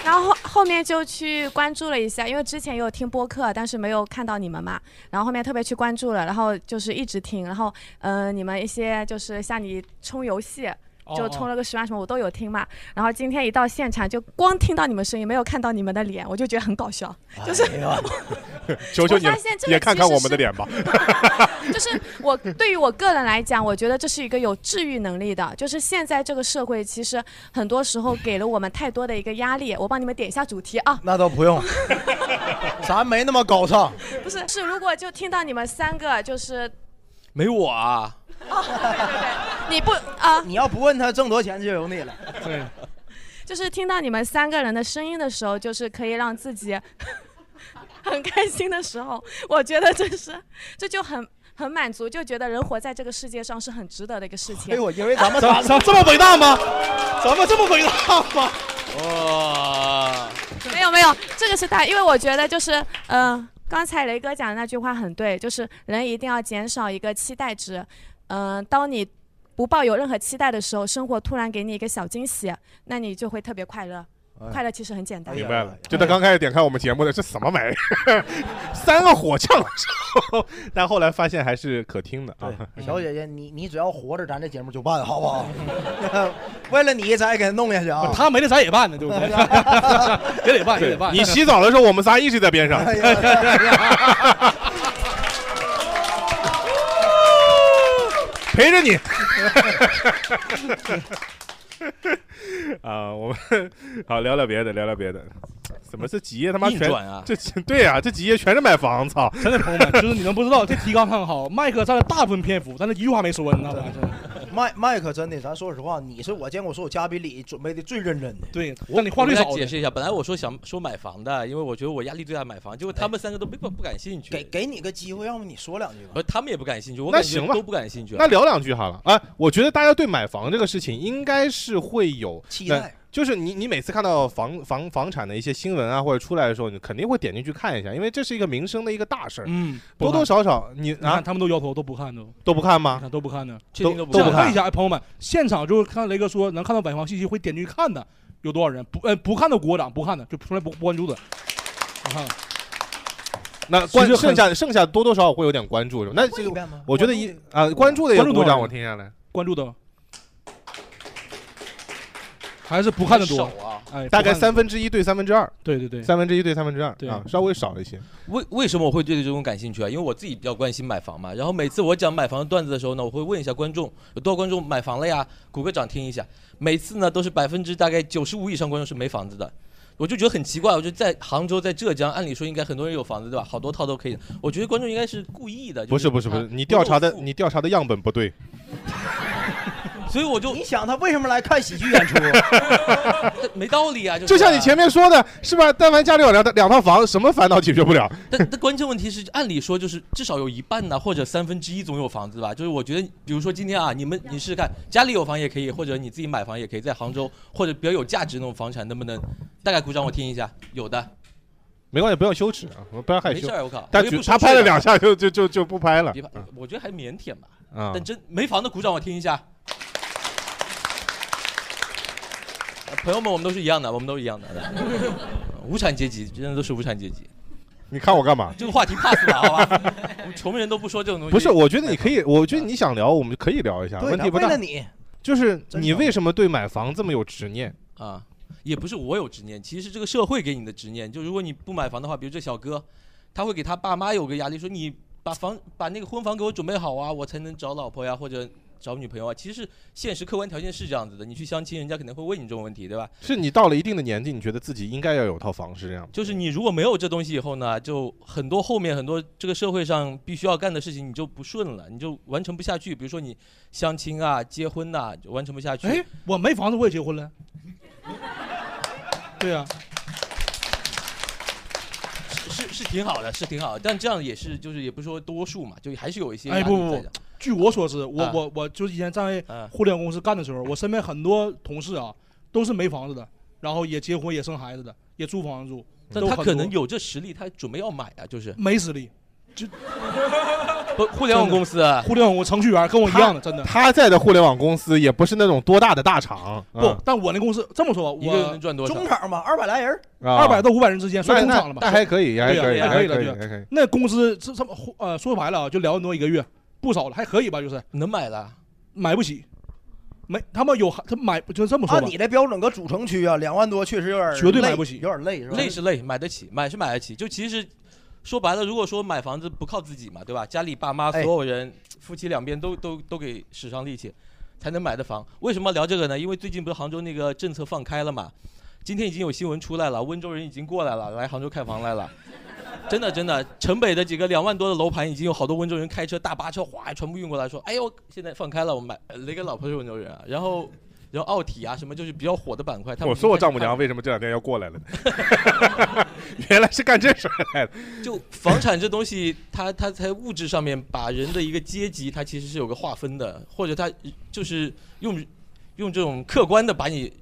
然后后后面就去关注了一下，因为之前有听播客，但是没有看到你们嘛。然后后面特别去关注了，然后就是一直听。然后，嗯、你们一些就是像你充游戏，就充了个十万什么，我都有听嘛。然后今天一到现场，就光听到你们声音，没有看到你们的脸，我就觉得很搞笑。就是哎呀， 求求你我了发现这，个也看看其实我们是的脸吧。就是我对于我个人来讲，我觉得这是一个有治愈能力的。就是现在这个社会，其实很多时候给了我们太多的一个压力。我帮你们点一下主题啊。那倒不用，咱没那么高尚。不是，是如果就听到你们三个，就是没我啊，你不啊，你要不问他挣多少钱，就有你了。对，就是听到你们三个人的声音的时候，就是可以让自己 很开心的时候，我觉得这是这就很很满足，就觉得人活在这个世界上是很值得的一个事情。哎呦，因为咱们咱仨咱这么伟大吗？咱们这么啊伟大吗？哇，没有没有，这个是大，因为我觉得就是，嗯、刚才雷哥讲的那句话很对，就是人一定要减少一个期待值。嗯、当你不抱有任何期待的时候，生活突然给你一个小惊喜，那你就会特别快乐。快乐其实很简单哎。呀明白了，就他 刚开始点开我们节目的，这什么玩意儿？ 三个火枪，但后来发现还是可听的啊。对，小姐姐，你你只要活着，咱这节目就办，好不好？ 为了你，咱也给他弄下去啊！哦他没了，咱也办呢， 对不对？ 也得办，也得办。你洗澡的时候，我们仨一直在边上。哎呀哎呀 陪着你。 啊，我们好聊聊别的，聊聊别的。怎么这几页他妈硬全转啊这对呀、这几页全是买房，操！真的朋友们，就是你们不知道，这提纲很好，麦克占了大部分篇幅，但是一句话没说，你知道吧？真的 麦麦克真的，咱说实话，你是我见过所有嘉宾里准备的最认真的。对，让你话我最给大少家 的解释一下，本来我说想说买房的，因为我觉得我压力最大买房，结果他们三个都不不不感兴趣，给给你个机会，要不你说两句吧不。是他们也不感兴趣，我那感觉行吧都不感兴趣。那聊两句好了。哎、我觉得大家对买房这个事情应该是会有期那待就是你，你每次看到房房房产的一些新闻啊，或者出来的时候，你肯定会点进去看一下，因为这是一个民生的一个大事儿，嗯，多多少少你你看啊他们都摇头，都不看都，都不看你吗？看都不看呢。确定都不都看不想看问一下，哎朋友们，现场就是看雷哥说能看到买房信息会点进去看的，有多少人不呃不看的鼓掌，不看的就从来不不关注的。啊我看看，那其关实很剩下剩下多多少少会有点关注，是吧那这个我觉得一啊关注的也关注鼓多少掌，人我听下来。关注的还是不看的多很少啊哎，大概不看三得多分之一对三分之二，对对对，三分之一对三分之二对啊，稍微少了一些。为为什么我会对这种感兴趣啊？因为我自己比较关心买房嘛。然后每次我讲买房的段子的时候呢，我会问一下观众有多少观众买房了呀？鼓个掌听一下。每次呢都是百分之大概九十五以上观众是没房子的，我就觉得很奇怪。我就在杭州，在浙江，按理说应该很多人有房子对吧？好多套都可以。我觉得观众应该是啊故意的，就不呃是不是不是，你调查的你调查的样本不对，所以我就你想他为什么来看喜剧演出？ 没道理啊。就就是像啊你前面说的是吧？但凡家里有两两套房，什么烦恼解决不了？但但关键问题是，按理说就是至少有一半呐、或者三分之一总有房子吧。就是我觉得，比如说今天啊，你们你试试看，家里有房也可以，或者你自己买房也可以，在杭州或者比较有价值那种房产，能不能？大概鼓掌我听一下，有的。没关系，不要羞耻啊，不要害没羞事儿我靠。但我又举不是他拍了睡的两下就就就就不拍了嗯别怕，我觉得还腼腆吧。啊但。真没房的鼓掌我听一下。呃朋友们，我们都是一样的，我们都一样的。无产阶级真的都是无产阶级，你看我干嘛？这个话题 pass 吧，好吧？ 我们穷人都不说这种东西。不是，我觉得你可以，我觉得你想聊，我们可以聊一下，对啊问的，题不为大了。你，就是真你的为什么对买房这么有执念？啊，也不是我有执念，其实是这个社会给你的执念。就如果你不买房的话，比如这小哥，他会给他爸妈有个压力，说你把房把那个婚房给我准备好啊，我才能找老婆呀，或者找女朋友啊。其实现实客观条件是这样子的，你去相亲，人家肯定会问你这种问题，对吧？是你到了一定的年纪，你觉得自己应该要有套房，是这样吗？就是你如果没有这东西以后呢，就很多后面很多这个社会上必须要干的事情，你就不顺了，你就完成不下去。比如说你相亲啊、结婚呐、就完成不下去。哎，我没房子我也结婚了。对啊呀、是是挺好的，是挺好的，但这样也是就是也不是说多数嘛，就还是有一些哎压不力不在不的据我所知，我、啊我我就是以前在嗯互联网公司干的时候，我身边很多同事啊都是没房子的，然后也结婚也生孩子的，也租房子住，但都他很可多能有这实力，他准备要买啊，就是没实 力，不互联网公司啊，互联网程序员跟我一样的，真的。他在的互联网公司也不是那种多大的大厂，嗯不，但我那公司这么说吧，一个人我能赚多少中？场嘛，二百来人儿，二二百到五百人之间算那中场那了吧？那还可啊以，还对呀可以，还还可以了可以，对还可以。那工资这这么呃说白了啊，就两万多一个月，不少了，还可以吧？就是能买了，买不起，没他妈有他买就这么说按吧 你，的标准，搁主城区啊，两万多确实有点儿绝对买累不起有点累是吧？累是累，买得起，买是买得起。就其实说白了，如果说买房子不靠自己嘛，对吧？家里爸妈所哎有人，夫妻两边都都都给使上力气，才能买的房。为什么要聊这个呢？因为最近不是杭州那个政策放开了嘛，今天已经有新闻出来了，温州人已经过来了，来杭州看房来了。真的真的，城北的几个两万多的楼盘，已经有好多温州人开车大巴车哗全部运过来，说：“哎呦，现在放开了，我买。”呃雷哥老婆是温州人啊，然后然后奥体啊什么就是比较火的板块，他们我已经说我开始丈母看娘为什么这两天要过来了呢？ 原来是干这事儿来的。就房产这东西，它它在物质上面把人的一个阶级，它其实是有个划分的，或者它就是用用这种客观的把你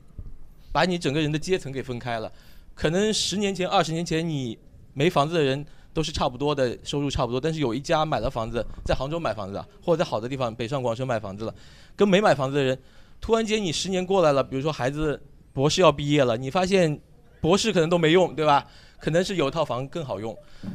把你整个人的阶层给分开了。可能十年前、二十年前，你没房子的人都是差不多的收入差不多，但是有一家买了房子，在杭州买房子啊，或者在好的地方北上广深买房子了，跟没买房子的人，突然间你十年过来了，比如说孩子博士要毕业了，你发现博士可能都没用，对吧？可能是有套房更好用，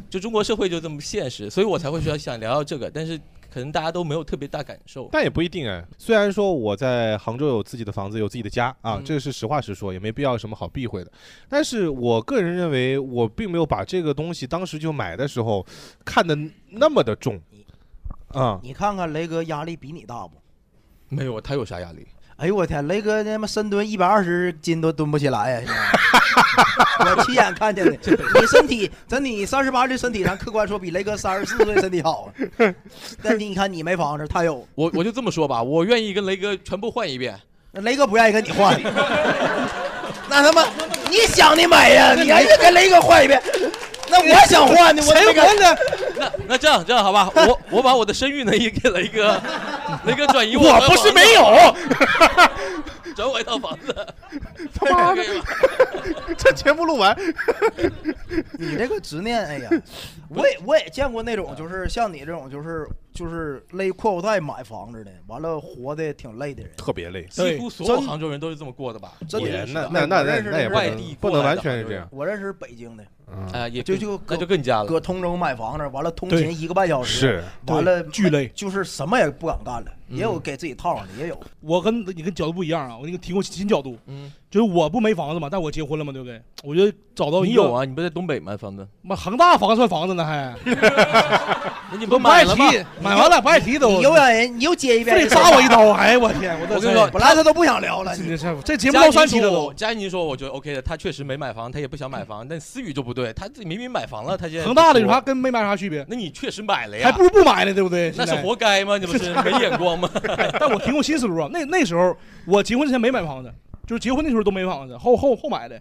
就中国社会就这么现实，所以我才会说想聊聊这个，但是可能大家都没有特别大感受。但也不一定哎。虽然说我在杭州有自己的房子，有自己的家啊，嗯这是实话实说，也没必要有什么好避讳的。但是我个人认为，我并没有把这个东西当时就买的时候看得那么的重啊。你看看雷哥压力比你大不？没有，他 有啥压力？哎呦我天，雷哥他妈深蹲一百二十斤都蹲不起来呀！现在 我亲眼看见的，你身体真的，你三十八岁身体，咱客观说比雷哥三十四岁身体好。啊但你看你没房子，他有，我我就这么说吧，我愿意跟雷哥全部换一遍。雷哥不愿意跟你换。那他妈你想的美呀、你还是跟雷哥换一遍。那我想换的，我谁那我个那 那这样这样好吧，我我把我的生育能力给雷哥，雷哥转移我。我不是没有， 转我一套房子。他妈的， 这节目录完， 你这个执念， 哎呀，我也我也见过那种，就是像你这种，就是就是勒裤腰带买房子的，完了活的挺累的人，特别累。几乎所有杭州人都是这么过的吧？真的是那的那那我认那识那也种不外能地不过能来完的全是杭这州样。嗯我认识北京的，啊，也就更就那就更加了。搁通州买房子，完了通对勤一个半小时，是完了对巨累就是什么也不敢干了，嗯也有给自己套上的，也有。我跟你跟角度不一样啊，我给你提供新角度，嗯，就是我不没房子嘛，但我结婚了嘛，对不对？我就找到一你个有？啊？你不在东北吗？房子？妈，恒大房算房子呢还？那你不不买爱了提吗？，买完了不爱提都。你又让人，你又接一遍，非 得扎我一刀！哎，我天，我这我跟你说本来他都不想聊了，这这这节目佳到宁三期了说都我，。佳宁说我觉得 OK 的，他确实没买房，他也不想买房，但思雨就不对，他自己明明买房了，他现在恒大的有说啥跟没买啥区别？那你确实买了呀，还不如不买呢，对不对？那现在是活该吗？你不是没眼光 吗？但我提供新思路啊，那那时候我结婚之前没买房子，就是结婚那时候都没房子，后后后买的。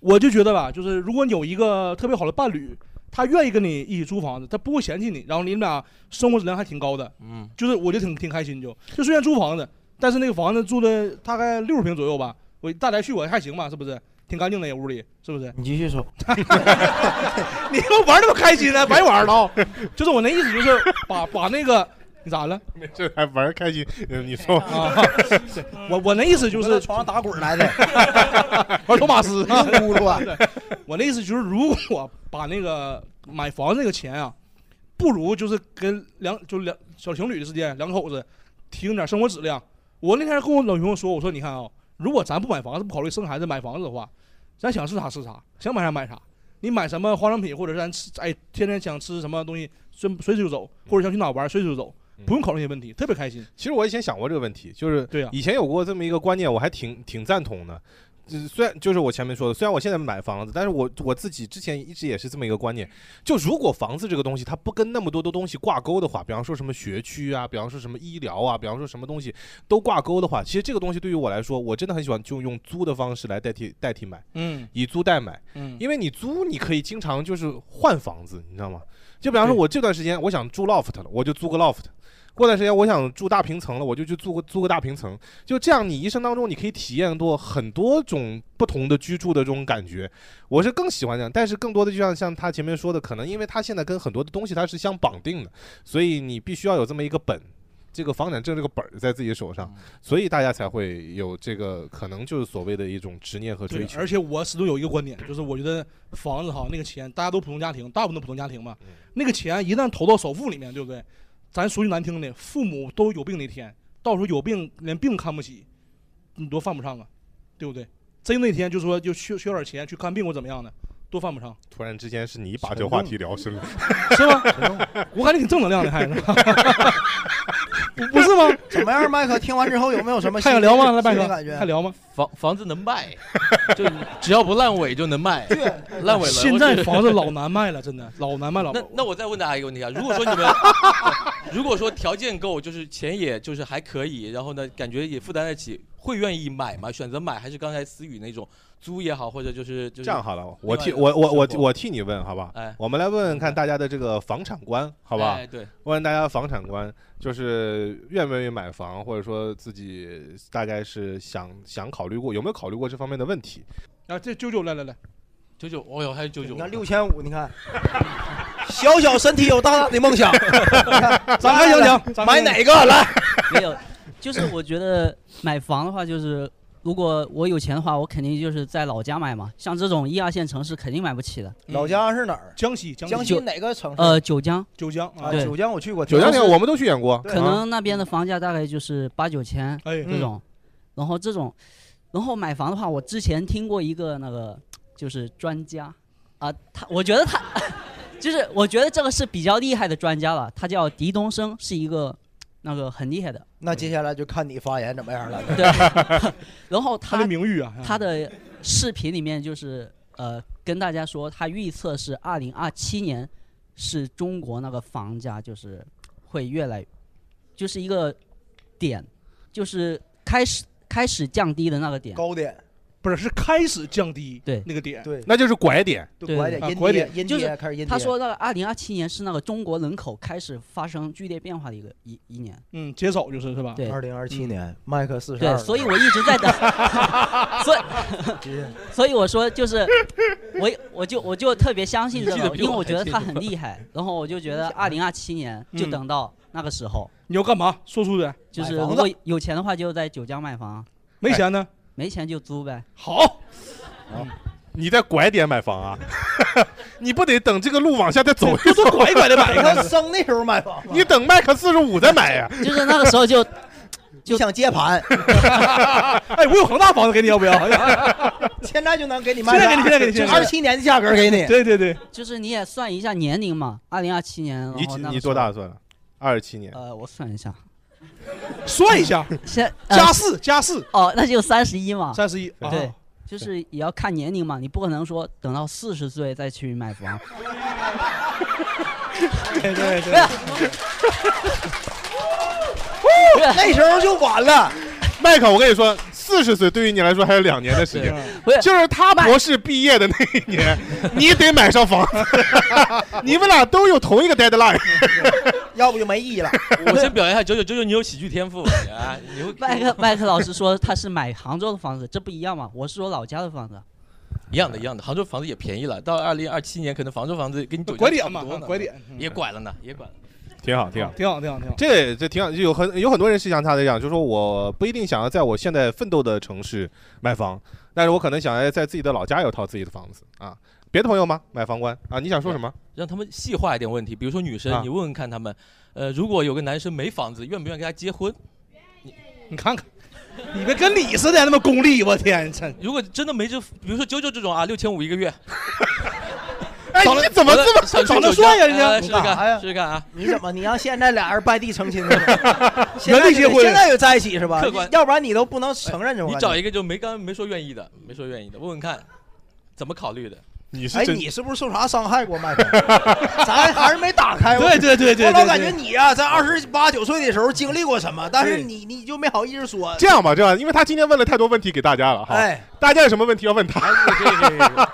我就觉得吧，就是如果你有一个特别好的伴侣，他愿意跟你一起租房子，他不会嫌弃你，然后你们俩生活质量还挺高的，嗯，就是我就挺挺开心就。就虽然租房子，但是那个房子住的大概六十平左右吧，我大宅蓄我还行吧，是不是？挺干净的，屋里是不是？你继续说， 你他妈玩那么开心呢，白玩了。哦就是我那意思，就是把把那个你咋了？没事，还玩儿开心。呃你说啊， 嗯我我那意思就我在是床上打滚来 的，玩托 马斯啊。咕 噜啊，我那意思就是，如果把那个买房子那个钱啊，不如就是跟两就两小情侣之间两口子提供点生活质量。我那天跟我老朋友说，我说你看啊、如果咱不买房子，不考虑生孩子买房子的话，咱想吃啥吃啥，想买啥买啥。你买什么化妆品，或者是咱吃哎天天想吃什么东西，随随时就走，或者想去哪玩随时就走，不用考虑那些问题，特别开心。其实我以前想过这个问题，就是对啊以前有过这么一个观念，我还挺挺赞同的。就是虽然就是我前面说的，虽然我现在买房子，但是我我自己之前一直也是这么一个观念，就如果房子这个东西它不跟那么多的东西挂钩的话，比方说什么学区啊，比方说什么医疗啊，比方说什么东西都挂钩的话，其实这个东西对于我来说，我真的很喜欢就用租的方式来代替代替买，嗯以租代买。嗯，因为你租，你可以经常就是换房子，你知道吗？就比方说，对我这段时间我想住 loft 了，我就租个 loft；过段时间我想住大平层了，我就去租个租个大平层。就这样，你一生当中你可以体验过很多种不同的居住的这种感觉。我是更喜欢这样，但是更多的就像像他前面说的，可能因为他现在跟很多的东西它是相绑定的，所以你必须要有这么一个本。这个房产证这个本儿在自己手上，所以大家才会有这个可能就是所谓的一种执念和追对，求。而且我始终有一个观点，就是我觉得房子哈，那个钱大家都普通家庭，大部分都普通家庭嗯嘛，那个钱一旦投到首付里面，对不对？咱说句难听的，父母都有病那天，到时候有病连病看不起，你多犯不上啊，对不对？真那天就说就缺缺点钱去看病或怎么样的，多犯不上，突然之间是你把这个话题聊深了， 是吗？我感觉挺正能量的，还是不不是吗？怎么样，麦克？听完之后有没有什 么还想聊吗？来，麦新的哥，感觉还聊吗？房房子能卖，就只要不烂尾就能卖，烂尾了。现我在是房子 老难卖了，真的老难卖了。那那我再问大家一个问题啊，如果说 你们，如果说条件够，就是钱也就是还可以，然后呢，感觉也负担得起，会愿意买吗？选择买还是刚才思雨那种租也好，或者就是就是这样好了，我另外替一个我我我生活我替你问好吧？哎我们来问问看大家的这个房产观，好吧？哎，对，问问大家房产观，就是愿不愿意买房，或者说自己大概是想想考虑过有没有考虑过这方面的问题？啊，这舅舅来来来，九九，哦哟，还有九九，你看六千五，你看，小小身体有大大的梦想， 你看展开讲讲展开讲讲买哪个来？没有，就是我觉得买房的话，就是如果我有钱的话，我肯定就是在老家买嘛。像这种一二线城市肯定买不起的。 老家是哪儿？江西江江西西哪个城市？呃，九江九江啊，啊，对九江我去过，九江挺那好个我们都去演过，可啊嗯能那边的房价大概就是八九千哎，这种，然后这种，然后买房的话，我之前听过一个那个就是专家啊，他我觉得他 就是我觉得这个是比较厉害的专家了，他叫狄东升，是一个那个很厉害的，那接下来就看你发言怎么样了。 对， 然后他他的名誉啊，他的视频里面就是呃跟大家说，他预测是二零二七年是中国那个房价就是会越来，就是一个点，就是开始开始降低的那个点。高点，不是是开始降低对那个点，对那就是拐点对啊拐点就是他说到二零二七年是那个中国人口开始发生剧烈变化的一个一一年。嗯，接手就是是吧？对2027年麦克42嗯对，所以我一 直在等，所以 所以我说就是我我就我就特别相信这你记得个，比因为我我还觉得他清很楚厉害，然后我就嗯觉得二零二七年就嗯等到那个时候。你要干嘛？说出来。就是买房如子果有钱的话，就在九江买房；没钱呢，没钱就租呗。 好，你在拐点买房啊？你不得等这个路往下再走一走，拐一拐再买一个生那时候买房， 你等麦克四十五再买呀、 就是那个时 候就就想接盘， 哎，我有恒大房子给你，要不要？ 现在就能给你卖了，现在给你现在给你现在给二你七年的价格给你，对对，就是你也算一下年龄嘛，二零二七年。然你后几哦那个你时多候大算了？二十七年。呃，我算一下，算 一下，先啊加四加四，呃哦，那就三十一嘛，三十一，啊对，就是也要看年龄嘛，你不可能说等到四十岁再去买房， 对对没有，那时候就晚了。麦克，我跟你说，四十岁对于你来说还有两年的时间，啊就是他博士毕业的那一 年，你得买上房子。你们俩都有同一 个 deadline， 要不就没意义了。 我先表扬一下九九，九九你有喜剧天赋啊！你有 麦克麦克老师说他是买杭州的房子，这不一样嘛，我是我老家的房子， 一样的，一样的。杭州房子也便宜了，到二零二七年，可能杭州房子跟你九啊拐江点差嘛不多呢，拐点嗯也拐了呢，也拐了。挺好，挺好，挺好，挺好，挺好。这这挺好，就有很有很多人是像他这样，就说我不一定想要在我现在奋斗的城市买房，但是我可能想要在自己的老家有套自己的房子啊。别的朋友吗？买房官啊？你想说什么？让他们细化一点问题，比如说女生，啊你问问看他们，呃，如果有个男生没房子，愿不愿意跟他结婚？你看看，你别跟你似的那么功利，我天，真。如果真的没这，比如说九九这种啊，六千五一个月，哎，你怎么这么小区长得九江帅呀人家呃试试看干啥呀？试试看啊！你怎么？你让现在俩人拜地成亲了吗？现原在地就结婚现在就在一起是吧客观？要不然你都不能承认这。你找一个就没刚没说愿意的，没说愿意的，问问看，怎么考虑的？你哎，你是不是受啥伤害过麦克？咱还是没打开。我对对对对我老对感对觉你啊，在二十八九岁的时候经历过什么，但是你你就没好意思说。这样吧，这样，因为他今天问了太多问题给大家了哈。哎，大家有什么问题要问哎他？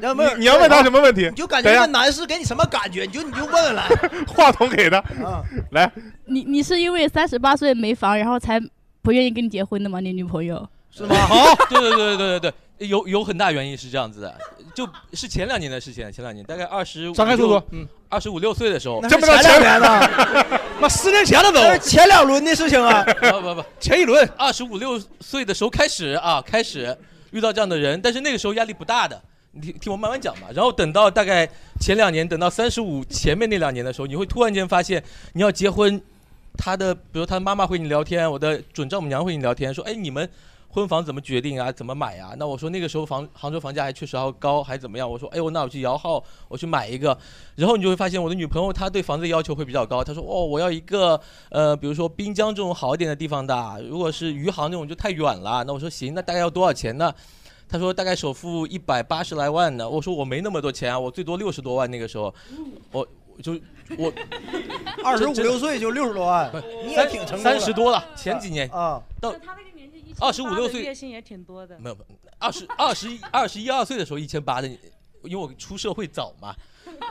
要不然你你要问他什么问题你就感觉等一下问男士给你什么感觉，你就你就问问来。 话筒给他，来，你你是因为三十八岁没房，然后才不愿意跟你结婚的吗？你女朋友？是 吗？好，对对对对对对，有有很大原因是这样子的，就是前两年的事情，啊前两年大概二十，展开说说嗯，二十五六岁的时候，那是前两年呢？妈，十年前了都。那是前两轮的事情啊。不不不，前一轮二十五六岁的时候开始啊，开始遇到这样的人，但是那个时候压力不大的，你听听我慢慢讲嘛。然后等到大概前两年，等到三十五前面那两年的时候，你会突然间发现你要结婚，他的比如他妈妈会跟你聊天，我的准丈母娘会跟你聊天，说哎你们。婚房怎么决定啊？怎么买啊？那我说那个时候房杭州房价还确实还高，还怎么样？我说哎我那我去摇号，我去买一个。然后你就会发现我的女朋友她对房子的要求会比较高，她说哦我要一个呃比如说滨江这种好一点的地方的，如果是余杭那种就太远了。那我说行，那大概要多少钱呢？她说大概首付一百八十来万呢。我说我没那么多钱啊，我最多六十多万那个时候，我我就我二十五六岁就六十多万，你也挺成功三十多了，前几年啊，到他那个年纪一二十五六岁月薪也挺多的。没有，二十二十一二十一二岁的时候一千八的，因为我出社会早嘛，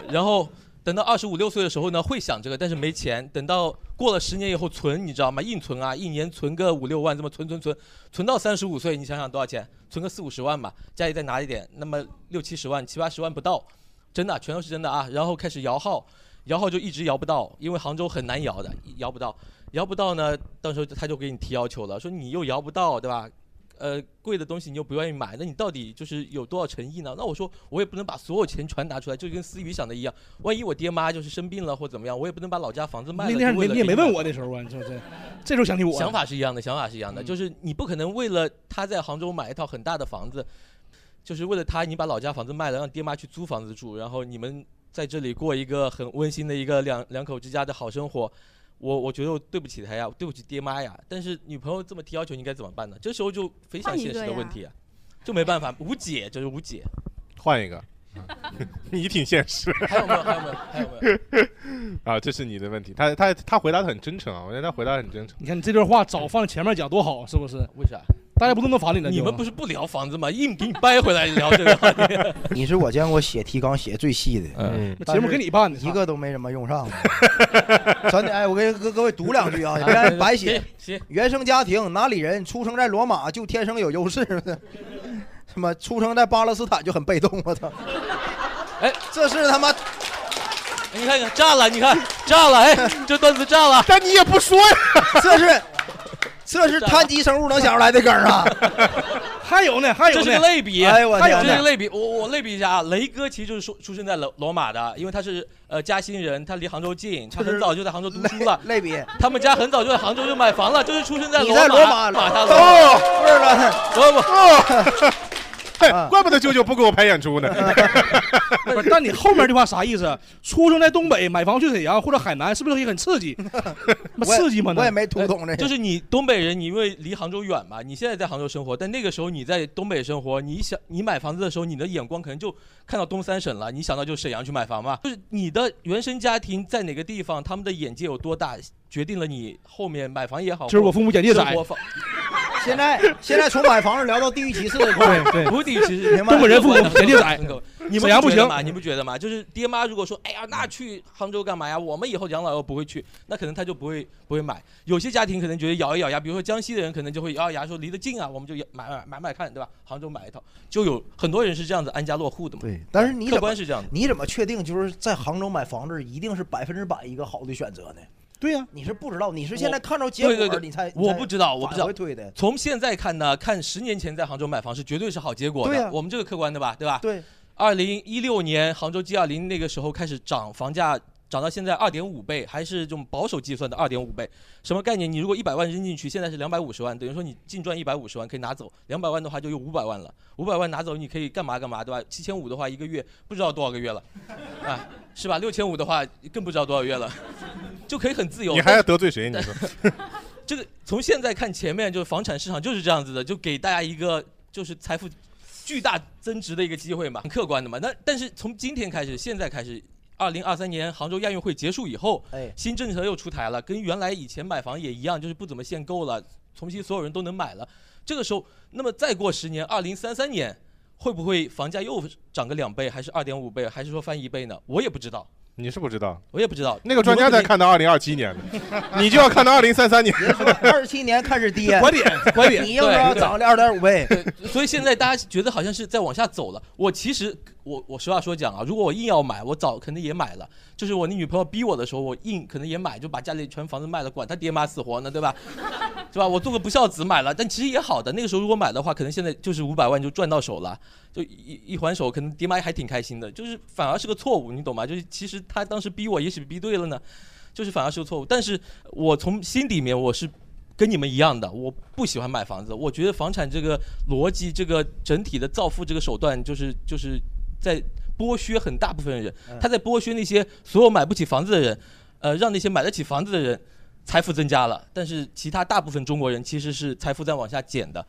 然后等到二十五六岁的时候呢，会想这个，但是没钱。等到过了十年以后存，你知道吗？硬存啊，一年存个五六万，这么存存存，存到三十五岁，你想想多少钱？存个四五十万吧，家里再拿一点，那么六七十万、七八十万不到，真的全都是真的啊。然后开始摇号，摇号就一直摇不到，因为杭州很难摇的，摇不到，摇不到呢，到时候他就给你提要求了，说你又摇不到，对吧？呃，贵的东西你又不愿意买，那你到底就是有多少诚意呢？那我说我也不能把所有钱全拿出来，就跟思雨想的一样，万一我爹妈就是生病了或怎么样，我也不能把老家房子卖了。那天就你为了你也给没你买问我那时候啊，你说这这时候想起我了嗯想法是一样的，想法是一样的，就是你不可能为了他在杭州买一套很大的房子，就是为了他你把老家房子卖了，让爹妈去租房子住，然后你们在这里过一个很温馨的一个两两口之家的好生活。我我觉得我对不起他呀，我对不起爹妈呀。但是女朋友这么提要求，你应该怎么办呢？这时候就非常换一现实个的呀问题啊，就没办法，无解，就是无解。换 一个，你挺现实。还有没有？还有没有？还有没有？ 啊，这是你的问题。他他他回答的很真诚啊，我觉得他回答得很真诚。你看你这段话早放在前面讲多好，是不是？为啥？大家不都能房里呢？你们不是不聊房子吗？硬给你掰回来聊这个话题。你是我见过写提纲写最细的，嗯 那节目 给你办的，一个都没什么用上 的。真的，哎，我给各各位读两句啊，你别让人白写。原生家庭哪里人？出生在罗马就天生有优势，是不是？什么出生在巴勒斯坦就很被动，我操！哎，这是他妈，你看看炸了，你看炸了，哎，这段子炸了。但你也不说 呀，这是这是碳基生物能想出来的梗啊！ 还有呢，还有这呢是个类比，哎呦我还有天这哪是个类比，我我类比一下啊，雷哥其实就是出出生在罗罗马的，因为他是呃嘉兴人，他离杭州近，他很早就在杭州读书了。类比，他们家很早就在杭州就买房了，就是出生在你在罗罗马马下的。哦，不是了，不不，哦 啊哎，怪不得舅舅不给我排 演出呢。不是，但你后面这话啥意思？出生在东北，买房去沈阳或者海南，是不是也很 刺激？妈刺激吗？我也没读懂这个。哎就是你东北人，你因为离杭州远嘛，你现在在杭州生活，但那个时候你在东北生活，你想你买房子的时候，你的眼光可能就看到东三省了，你想到就沈阳去买房嘛，就是你的原生家庭在哪个地方，他们的眼界有多大，决定了你后面买房也好，就是我父母眼界窄生活方现在现在从买房子聊到地域歧视的块儿，对无底 其实明白东北人父母眼界窄 你沈们阳不觉得行嗯吗？你不觉得吗？就是爹妈如果说，哎呀，那去杭州干嘛呀？我们以后养老又不会去，那可能他就不会不会买。有些家庭可能觉得咬一咬牙，比如说江西的人可能就会咬咬牙说离得近啊，我们就买买买买看，对吧？杭州买一套，就有很多人是这样子安家落户的嘛。对，但是你客怎么观是这样的。你怎么确定就是在杭州买房子一定是百分之百一个好的选择呢？对呀，你是不知道，你是现在我看着结对对果对，你才我不知道，我不知道。对的。从现在看呢，看十年前在杭州买房是绝对是好结果的，对呀我们这个客观的吧，对吧？对。二零一六年杭州 G 二零那个时候开始涨，房价涨到现在二点五倍，还是这种保守计算的二点五倍。什么概念？你如果一百万扔进去，现在是两百五十万，等于说你净赚一百五十万可以拿走，两百万的话就有五百万了，五百万拿走你可以干嘛干嘛，对吧？七千五的话一个月不知道多少个月了，啊，是吧？六千五的话更不知道多少月了，就可以很自由。你还要得罪谁？你说， 这个从现在看，前面就是房产市场就是这样子的，就给大家一个就是财富巨大增值的一个机会嘛，很客观的嘛。那但是从今天开始，现在开始，二零二三年杭州亚运会结束以后，哎新政策又出台了，跟原来以前买房也一样，就是不怎么限购了，重新所有人都能买了。这个时候，那么再过十年，二零三三年会不会房价又涨个两倍，还是二点五倍，还是说翻一倍呢？我也不知道，你是不知道，我也不知道。那个专家在看到二零二七年的， 你就要看到二零三三年。 二十七年开始跌，观点观点你硬说要涨了二点五倍， 所以现在大家觉得好像是在往下走了。我其实我我实话说讲啊，如果我硬要买，我早肯定也买了。就是我那女朋友逼我的时候，我硬可能也买，就把家里全房子卖了，管他爹妈死活呢，对吧？ 是吧？我做个不孝子买了，但其实也好的。那个时候如果买的话，可能现在就是五百万就赚到手了，就一一还手，可能爹妈还挺开心的。就是反而是个错误，你懂吗？就是其实他当时逼我，也许逼对了呢，就是反而是个错误。但是我从心里面我是跟你们一样的，我不喜欢买房子。我觉得房产这个逻辑，这个整体的造富这个手段，就是就是在剥削很大部分人嗯，他在剥削那些所有买不起房子的人，呃，让那些买得起房子的人财富增加了，但是其他大部分中国人其实是财富在往下减的。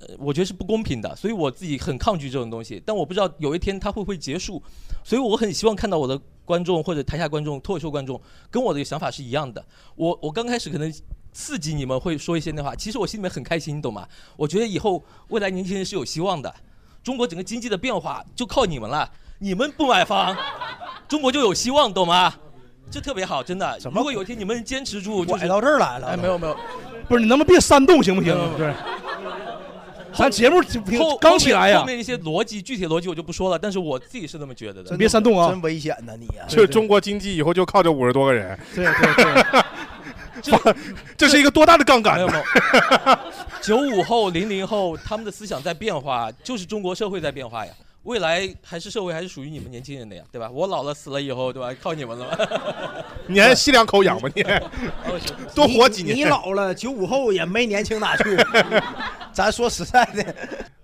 呃，我觉得是不公平的，所以我自己很抗拒这种东西。但我不知道有一天它会不会结束，所以我很希望看到我的观众或者台下观众、脱口秀观众跟我的想法是一样的。我我刚开始可能刺激你们会说一些那话，其实我心里面很开心，你懂吗？我觉得以后未来年轻人是有希望的，中国整个经济的变化就靠你们了，你们不买房，中国就有希望，懂吗？这特别好，真的。如果有一天你们坚持住，就拐是到这儿来了。哎，没有没有，不是你能不能别煽动行不行？对，咱节目后刚起来后面呀后，面一些逻辑具体逻辑我就不说了，但是我自己是这么觉得的。你别煽动啊真危险呐你呀！就中国经济以后就靠这五十多个人，对对对， 这是一个多大的杠杆没有？没有，九五后、零零后，他们的思想在变化，就是中国社会在变化呀。未来还是社会还是属于你们年轻人的呀，对吧？我老了死了以后，对吧？靠你们了哦吧。你还哎吸两口氧吧你， 多活几你年。老了，九五后也没年轻哪去。 咱说实在的，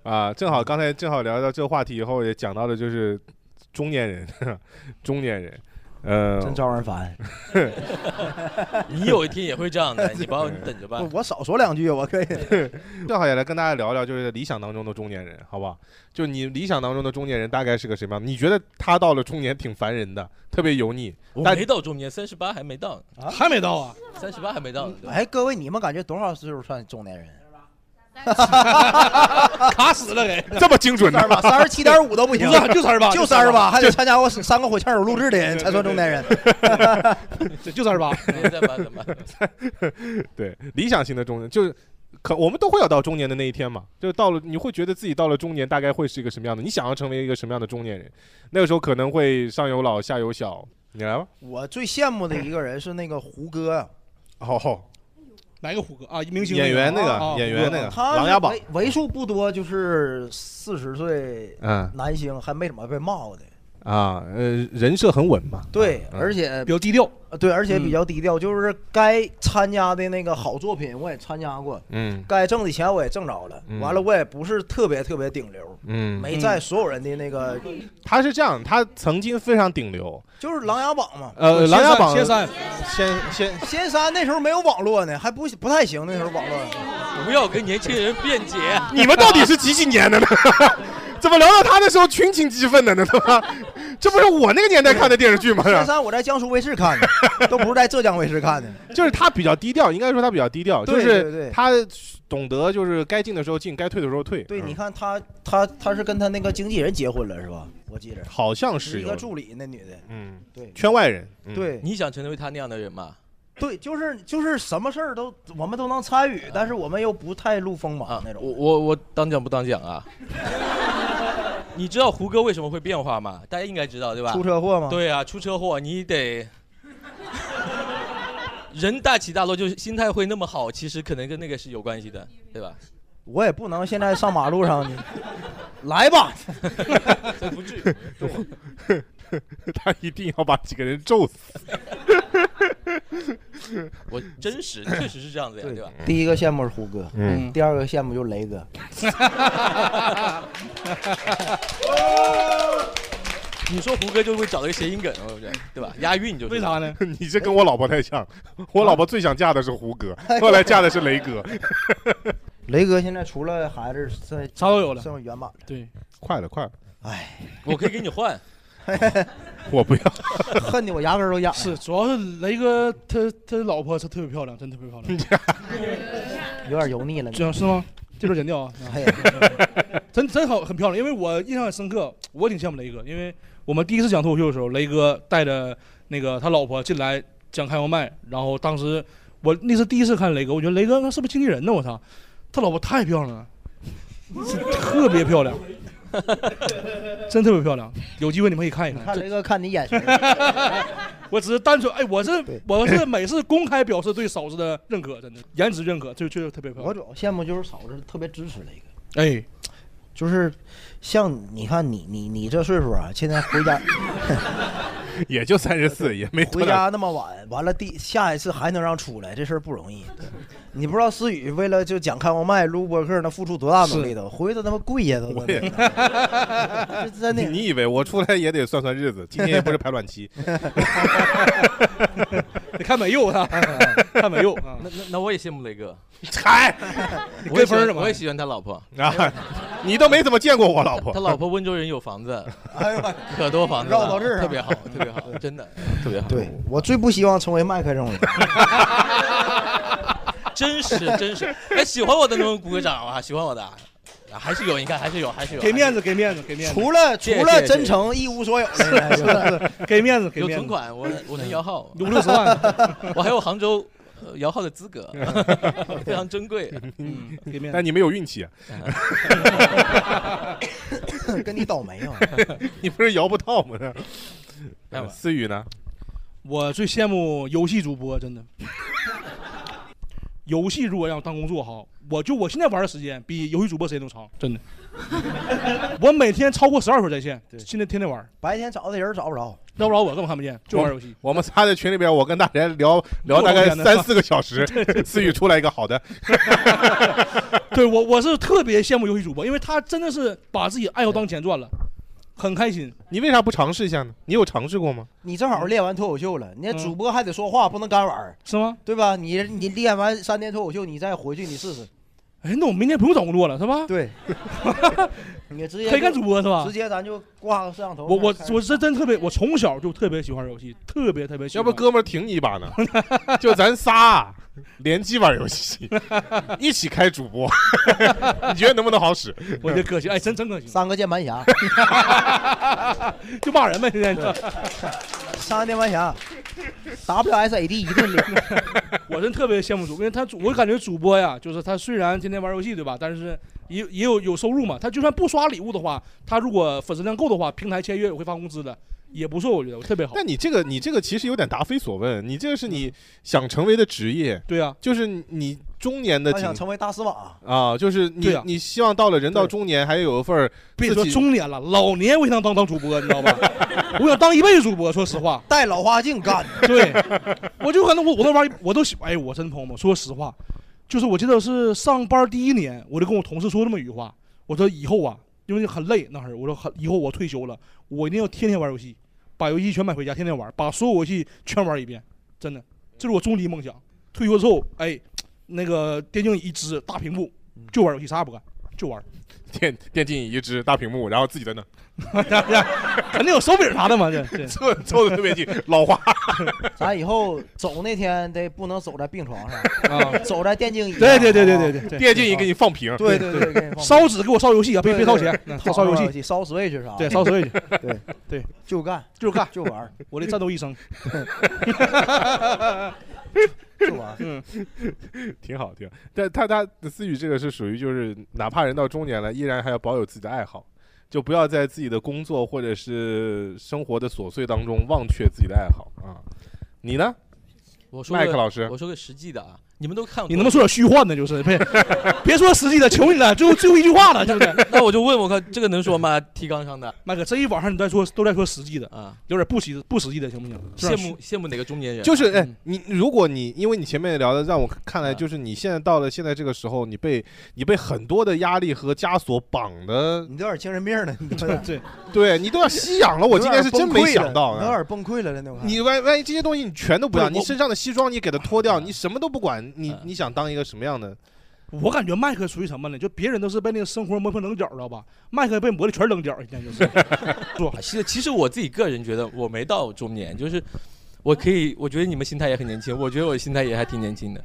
啊，正好刚才正好聊到这个话题以后，也讲到的就是中年人， 中年人，呃，真招人烦。 你有一天也会这样的，你不要你等着吧我。我少说两句，我可以。 正好也来跟大家聊聊，就是理想当中的中年人，好不好？就你理想当中的中年人大概是个什么样？你觉得他到了中年挺烦人的，特别油腻，我但没到中年，三十八还没到，还没到啊，三十八还没到。对吧哎，各位，你们感觉多少岁数算中年人？ 卡死了给，这么精准三儿吧，三十七点五都不行，不是就三十八，就三十八，还得参加过三个火枪手录制的人才算中年 人。对，就三十八。 对，理想型的中年就是。可我们都会有到中年的那一天嘛，就是到了你会觉得自己到了中年大概会是一个什么样的，你想要成为一个什么样的中年人，那个时候可能会上有老下有小，你来吧。我最羡慕的一个人是那个胡歌，啊哦，哪个胡歌啊？明星演员那那个啊演员那个哦他琅琊榜为为数不多就是四十岁嗯男星还没怎么被骂过的。啊，呃，人设很稳嘛，对，嗯而且呃比较低调，对，而且比较低调，就是该参加的那个好作品我也参加过，嗯该挣的钱我也挣着了，嗯完了我也不是特别特别顶流，嗯没在所有人的那个，他是这样，他曾经非常顶流，就是琅琊榜嘛，呃，琅琊榜先先仙山那时候没有网络呢，还不不太行，那时候网络。不要跟年轻人辩解。啊你们到底是几几年的呢？ 怎么聊到他的时候群情激愤的呢？他 妈，这不是我那个年代看的电视剧吗？仙山我在江苏卫视看的，都不是在浙江卫视看的。 就是他比较低调，应该说他比较低 调，就对对是对他懂得就是该进的时候进，该退的时候退。对，嗯你看他他他是跟他那个经纪人结婚了是吧？我记着，好像是一有个助理那女的。嗯，对，圈外人，嗯对你想成为他那样的人吗？对，就是就是什么事儿都我们都能参与，但是我们又不太露锋芒那种。我我我当讲不当讲啊？你知道胡歌为什么会变化吗？大家应该知道对吧？出车祸吗对啊，出车祸你得。人大起大落，就是心态会那么好，其实可能跟那个是有关系的，对 吧？我也不能现在上马路上 去，来吧，这不至于。 他一定要把几个人揍死。我真实确实是这啊 样子呀，对吧？第一个羡慕是胡歌，嗯第二个羡慕就是雷 哥。你说胡歌就会找了个谐音梗，我觉得对吧？押韵就是。为啥 呢？你这跟我老婆太像，哎我老婆最想嫁的是胡歌，后来嫁的是雷哥，雷哥现在除了孩子，这啥都有了算圆满了。对，快了快了，哎我可以给你换。 我不要。恨的我牙根儿都痒。是，主要是雷哥他他老婆是特别漂亮，真特别漂亮， 有点油腻了呢。这样 是吗？这段剪掉啊，哎呀，真 真好，很漂亮。因为我印象很深刻，我挺羡慕雷哥，因为我们第一次讲脱口秀的时候，雷哥带着那个他老婆进来讲开放麦，然后当时我那是第一次看雷哥，我觉得雷哥那是不是经纪人呢？我操，他老婆太漂亮了，是特别漂亮，真特别漂亮。有机会你们可以看一看 看。雷哥看你眼神，我只是单纯哎，我是我是每次公开表示对嫂子的认可，真的颜值认可，就就特别漂我亮。主要羡慕就是嫂子特别支持雷哥，哎，就是像你看你你你这岁数啊，现在回家也就三十四，也没多回大。家那么晚，完了第下一次还能让出来，这事儿不容易。你不知道思雨为了就讲开放麦录播客，那付出多大努力都，回头他妈跪下都。 也这真你的，你以为我出来也得算算日子？今天也不是排卵 期， 你看美柚啊，看美柚嗯啊，哎那那那我也羡慕雷哥， 嗨我也跟风儿喜的欢嘛我也喜欢他老婆，啊！你都没怎么见过我老他婆，老婆温州人有房子，哎呦我可多房子了，绕到这儿啊特别好，特别好，真的特别好，对我最不希望成为麦克这种人。真实真实。哎，喜欢我的能鼓个掌啊，喜欢我的啊，啊还是有，你看还是有，还是有，给面子，子，给面子，给面子，除了除谢谢了真诚一无所 有的人，就是 给面子，给有面存子，款，我我能摇 号，五六十万， 我还有 杭州呃摇号的资格， 非常珍贵。啊 嗯，给面子但。你没有 运气，啊跟你倒霉啊！你不是摇不到吗？这干呃嘛思雨呢？我最羡慕游戏主 播，真的。游戏如果让我当工作哈，我就我现在玩的时间比游戏主播时间都长， 真的。我每天超过十二小时在线，现在天天玩，白天找的人找不着，要不然我根本看不见，就玩游戏。我们仨在群里边，我跟大宅聊聊大概三四个小时，思雨出来一个好的，对我我是特别羡慕游戏主播，因为他真的是把自己爱好当钱赚了，很开心。你为啥不尝试一下呢？你有尝试过吗？你正好练完脱口秀了，你那嗯主播还得说话，不能干玩儿，是吗？对吧？你你练完三天脱口秀，你再回去你试试，哎，那我明天不用找工作了，是吧？对，你直接可以干就主播是吧？直接咱就挂个摄像头。我我开始我是真特别，我从小就特别喜欢玩游戏，特别特别喜要欢。不哥们儿挺你一把呢？就咱仨啊联机玩游戏，一起开主播， 你觉得能不能好使？我觉得可行，哎，真真可 行。三个键盘侠， 就骂人呗，现在对三个键盘侠，WSAD 一顿 连。 我真特别羡慕主播，因为他主，我感觉主播呀，就是他虽然天天玩游戏对吧，但是也也有有收入嘛。他就算不刷礼物的话，他如果粉丝量够的话，平台签约我会发工资的，也不错，我觉得我特别好。嗯但你这个你这个其实有点答非所问，你这个是你想成为的职业，对啊，就是你中年的他想景成为大司 马，啊，就是你、对啊你希望到了人到中年还有一份儿别自说己中年了，老年我也想当当主播，你知道吧？ 我想当一辈子主播，说实话。戴老花镜干。对，我就可能我我都玩，我都喜哎，我真朋友们，说实话，就是我记得是上班第一年，我就跟我同事说这么一句话，我说以后啊，因为很累那会儿，我说很以后我退休了，我一定要天天玩游戏，把游戏全买回家，天天玩，把所有游戏全玩一遍，真的，这是我终极梦想。退休之后，哎，那个电竞椅一支大屏幕，就玩游戏，啥也不干，就玩。 电电竞椅一只大屏幕，然后自己在那肯定有手柄啥的嘛，这这 凑凑的特别近，老花。咱以后走那天得不能走在病床上，啊走在电竞椅上。对对对对好吧对对对电竞椅给你放平，对对对对给你放烧纸给我烧游戏啊，别别烧钱，对对对烧游烧戏，烧 Switch 啥的对，烧 Switch， 对对，就干就干就玩儿， 我的战斗 一生，就玩儿。嗯， 挺好挺好。但他他思雨这个是属于就是，哪怕人到中年了，依然还要保有自己的爱好，就不要在自己的工作或者是生活的琐碎当中忘却自己的爱好啊。你呢？我说麦个克老师我，说个实际的啊，你们都看过，你能不能说点虚 幻的？就是别别说实际的，求你了，最后最后一句话了，是不是？ 那我就问我看这个能说吗？提纲上的麦克，这一晚上你在说都在说实际的，啊，有点不实不实际的，行不行？羡慕羡慕哪个中年啊人？啊就是嗯哎，你如果你因为你前面聊的，让我看啊来就是你现在到了现在这个时候，你被你被很多的压力和枷锁绑的，你都 有点精神病了，你这有对，对你都要吸氧了。我今天是真没想到你有啊。点崩溃了，真的。我看你万万一这些东西你全都不要，不是你我身上的西装你给它脱啊掉，你什么都不管，你嗯你想当一个什么样的？我感觉麦克属于什么呢？就别人都是被那个生活磨平棱角，知道吧？麦克被磨的全是棱角，现在就是。其实，其实我自己个人觉得我没到中年，就是我可以，我觉得你们心态也很年轻，我觉得我心态也还挺年轻的。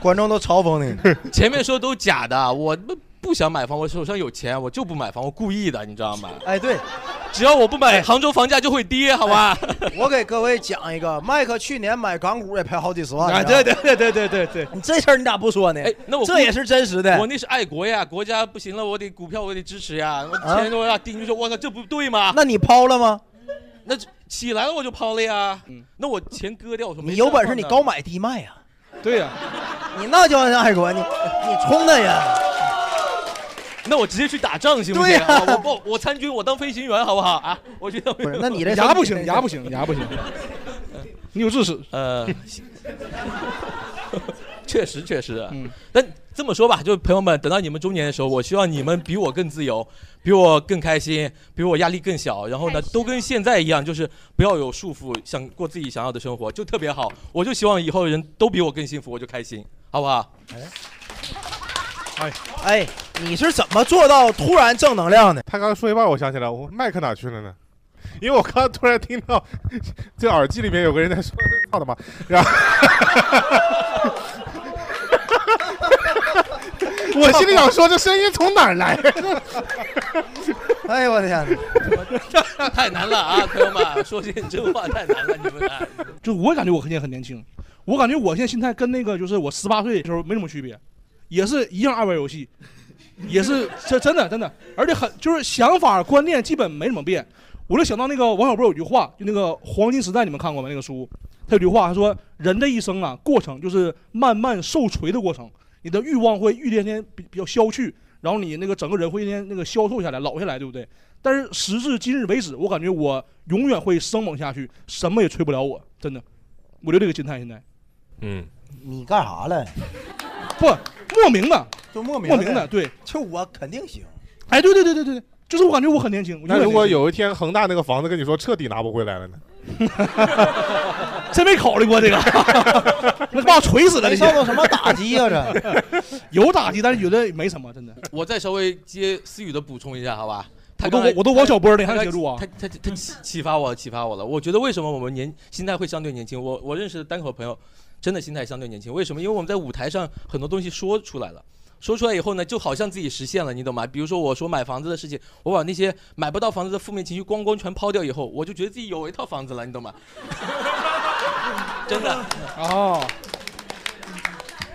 观众都嘲讽你， 前面说都假的，我不不想买房，我手上有钱，我就不买房，我故意的，你知道吗？哎，对哎只要我不买，杭州房价就会跌，好吧？我给各位讲一个，麦克去年买港股也赔好几十万。哎，你知道对吗对，对对对对对，你这事儿你咋不说呢？哎那我这也是真实的我。那是爱国呀，国家不行了，我得股票我得支持啊呀。我前我要盯住说，我靠，这不对吗？那你抛了吗？那起来了我就抛了呀。那我钱割掉，我说嗯没你事儿有本事你放那高买低卖 呀、对呀、你那叫爱国，你你冲他呀！那我直接去打仗行不行？对呀好吧我报我参军，我当飞行员好不好啊？我觉得不是， 那你这牙不行，牙不行，牙 不行，你有智齿，呃，确实确实，但这么说吧，就朋友们，等到你们中年的时候，我希望你们比我更自由，比我更开心，比我压力更小，然后呢，都跟现在一样，就是不要有束缚，想过自己想要的生活，就特别好。我就希望以后人都比我更幸福，我就开心，好不好？哎，你是怎么做到突然正能量的？他刚刚说一半，我想起来，我麦克哪去了呢？因为我刚刚突然听到 这耳机里面有个人在说“操他妈”，然 后我心里想说这声音从哪儿来？ 哎呦我的天哪！ 太难了啊，朋友们，说些真话太难了，你们啊。就我感觉我现在很年轻，我感觉我现在心态跟那个就是我十八岁的时候没什么区别，也是一样爱玩游戏，也是这真的真的，而且很就是想法观念基本没怎么变。我就想到那个王小波有句话，就那个《黄金时代》，你们看过吗？那个书，他有句话，他说人的一生啊，过程就是慢慢受锤的过程，你的欲望会一天天比比较消去，然后你那个整个人会一天天那个消瘦下来、老下来，对不对？但是时至今日为止，我感觉我永远会生猛下去，什么也吹不了我，真的，我就这个心态现在嗯，你干啥了？不莫名的，就莫名莫名的，，对，就我肯定行。哎，对对对对对对，就是我感觉我很年轻。我永那远如果年 轻有一天恒大那个房子跟你说彻底拿不回来了呢？真没考虑过这个，那把我锤死了！没受过什么打击啊呀这 有打击，但是觉得没什么，真的。 我再稍微接思雨的补充一下，好吧？他我都刚才我都王小波了你他还刚接住啊他他他他启启发我，启发我了。我觉得为什么我们年心态会相对年轻？我我认识的单口朋友，真的心态相对年轻。为什么？因为我们在舞台上很多东西说出来了。说出来以后呢，就好像自己实现了，你懂吗？比如说我说买房子的事情，我把那些买不到房子的负面情绪咣咣全抛掉以后，我就觉得自己有一套房子了，你懂吗？真的哦，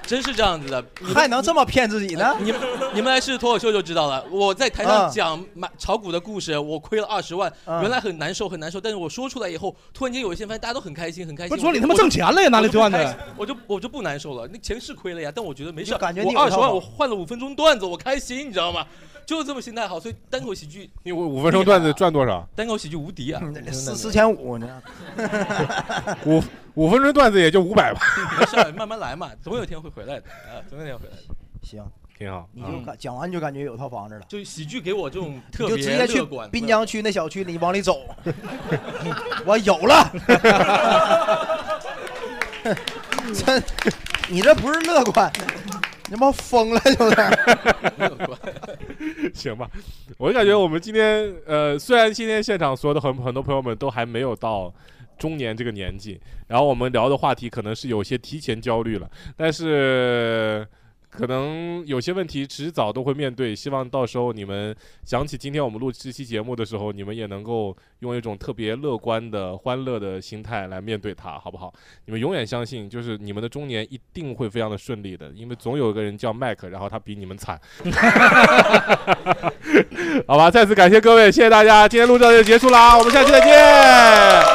真是这样子的，你们还能这么骗自己呢？你们 你们来试脱口秀就知道了。我在台上啊讲买炒股的故事，我亏了二十万，啊原来很难受很难受，但是我说出来以后，突然间有一些发现大家都很开心很开心。不是说你我他妈挣钱了呀哪里赚的？我就不开心我就我就不难受了，那钱是亏了呀，但我觉得没事儿。就感觉你我有二十套万房我换了五分钟段子，我开心，你知道吗？就这么心态好，所以单口喜剧你五分钟段子赚多少？单口喜剧无敌啊！四四千五呢？ 五五分钟段子也就五百吧，没事儿，慢慢来嘛，总有一天会回来的啊，总有一天会回来的。行，挺好。你就感讲完就感觉有套房子了，嗯就喜剧给我这种你特就直接别去乐观。滨江区那小区里往里走， 我有了。 真，你这不是乐观，你他妈疯了 有点。行吧，我就感觉我们今天呃，虽然今天现场所有的很很多朋友们都还没有到中年这个年纪，然后我们聊的话题可能是有些提前焦虑了，但是。可能有些问题迟早都会面对，希望到时候你们想起今天我们录这期节目的时候，你们也能够用一种特别乐观的、欢乐的心态来面对它，好不好？你们永远相信，就是你们的中年一定会非常的顺利的，因为总有一个人叫 麦克，然后他比你们惨。 好吧，再次感谢各位，谢谢大家，今天录制到这里结束啦，我们下期再见。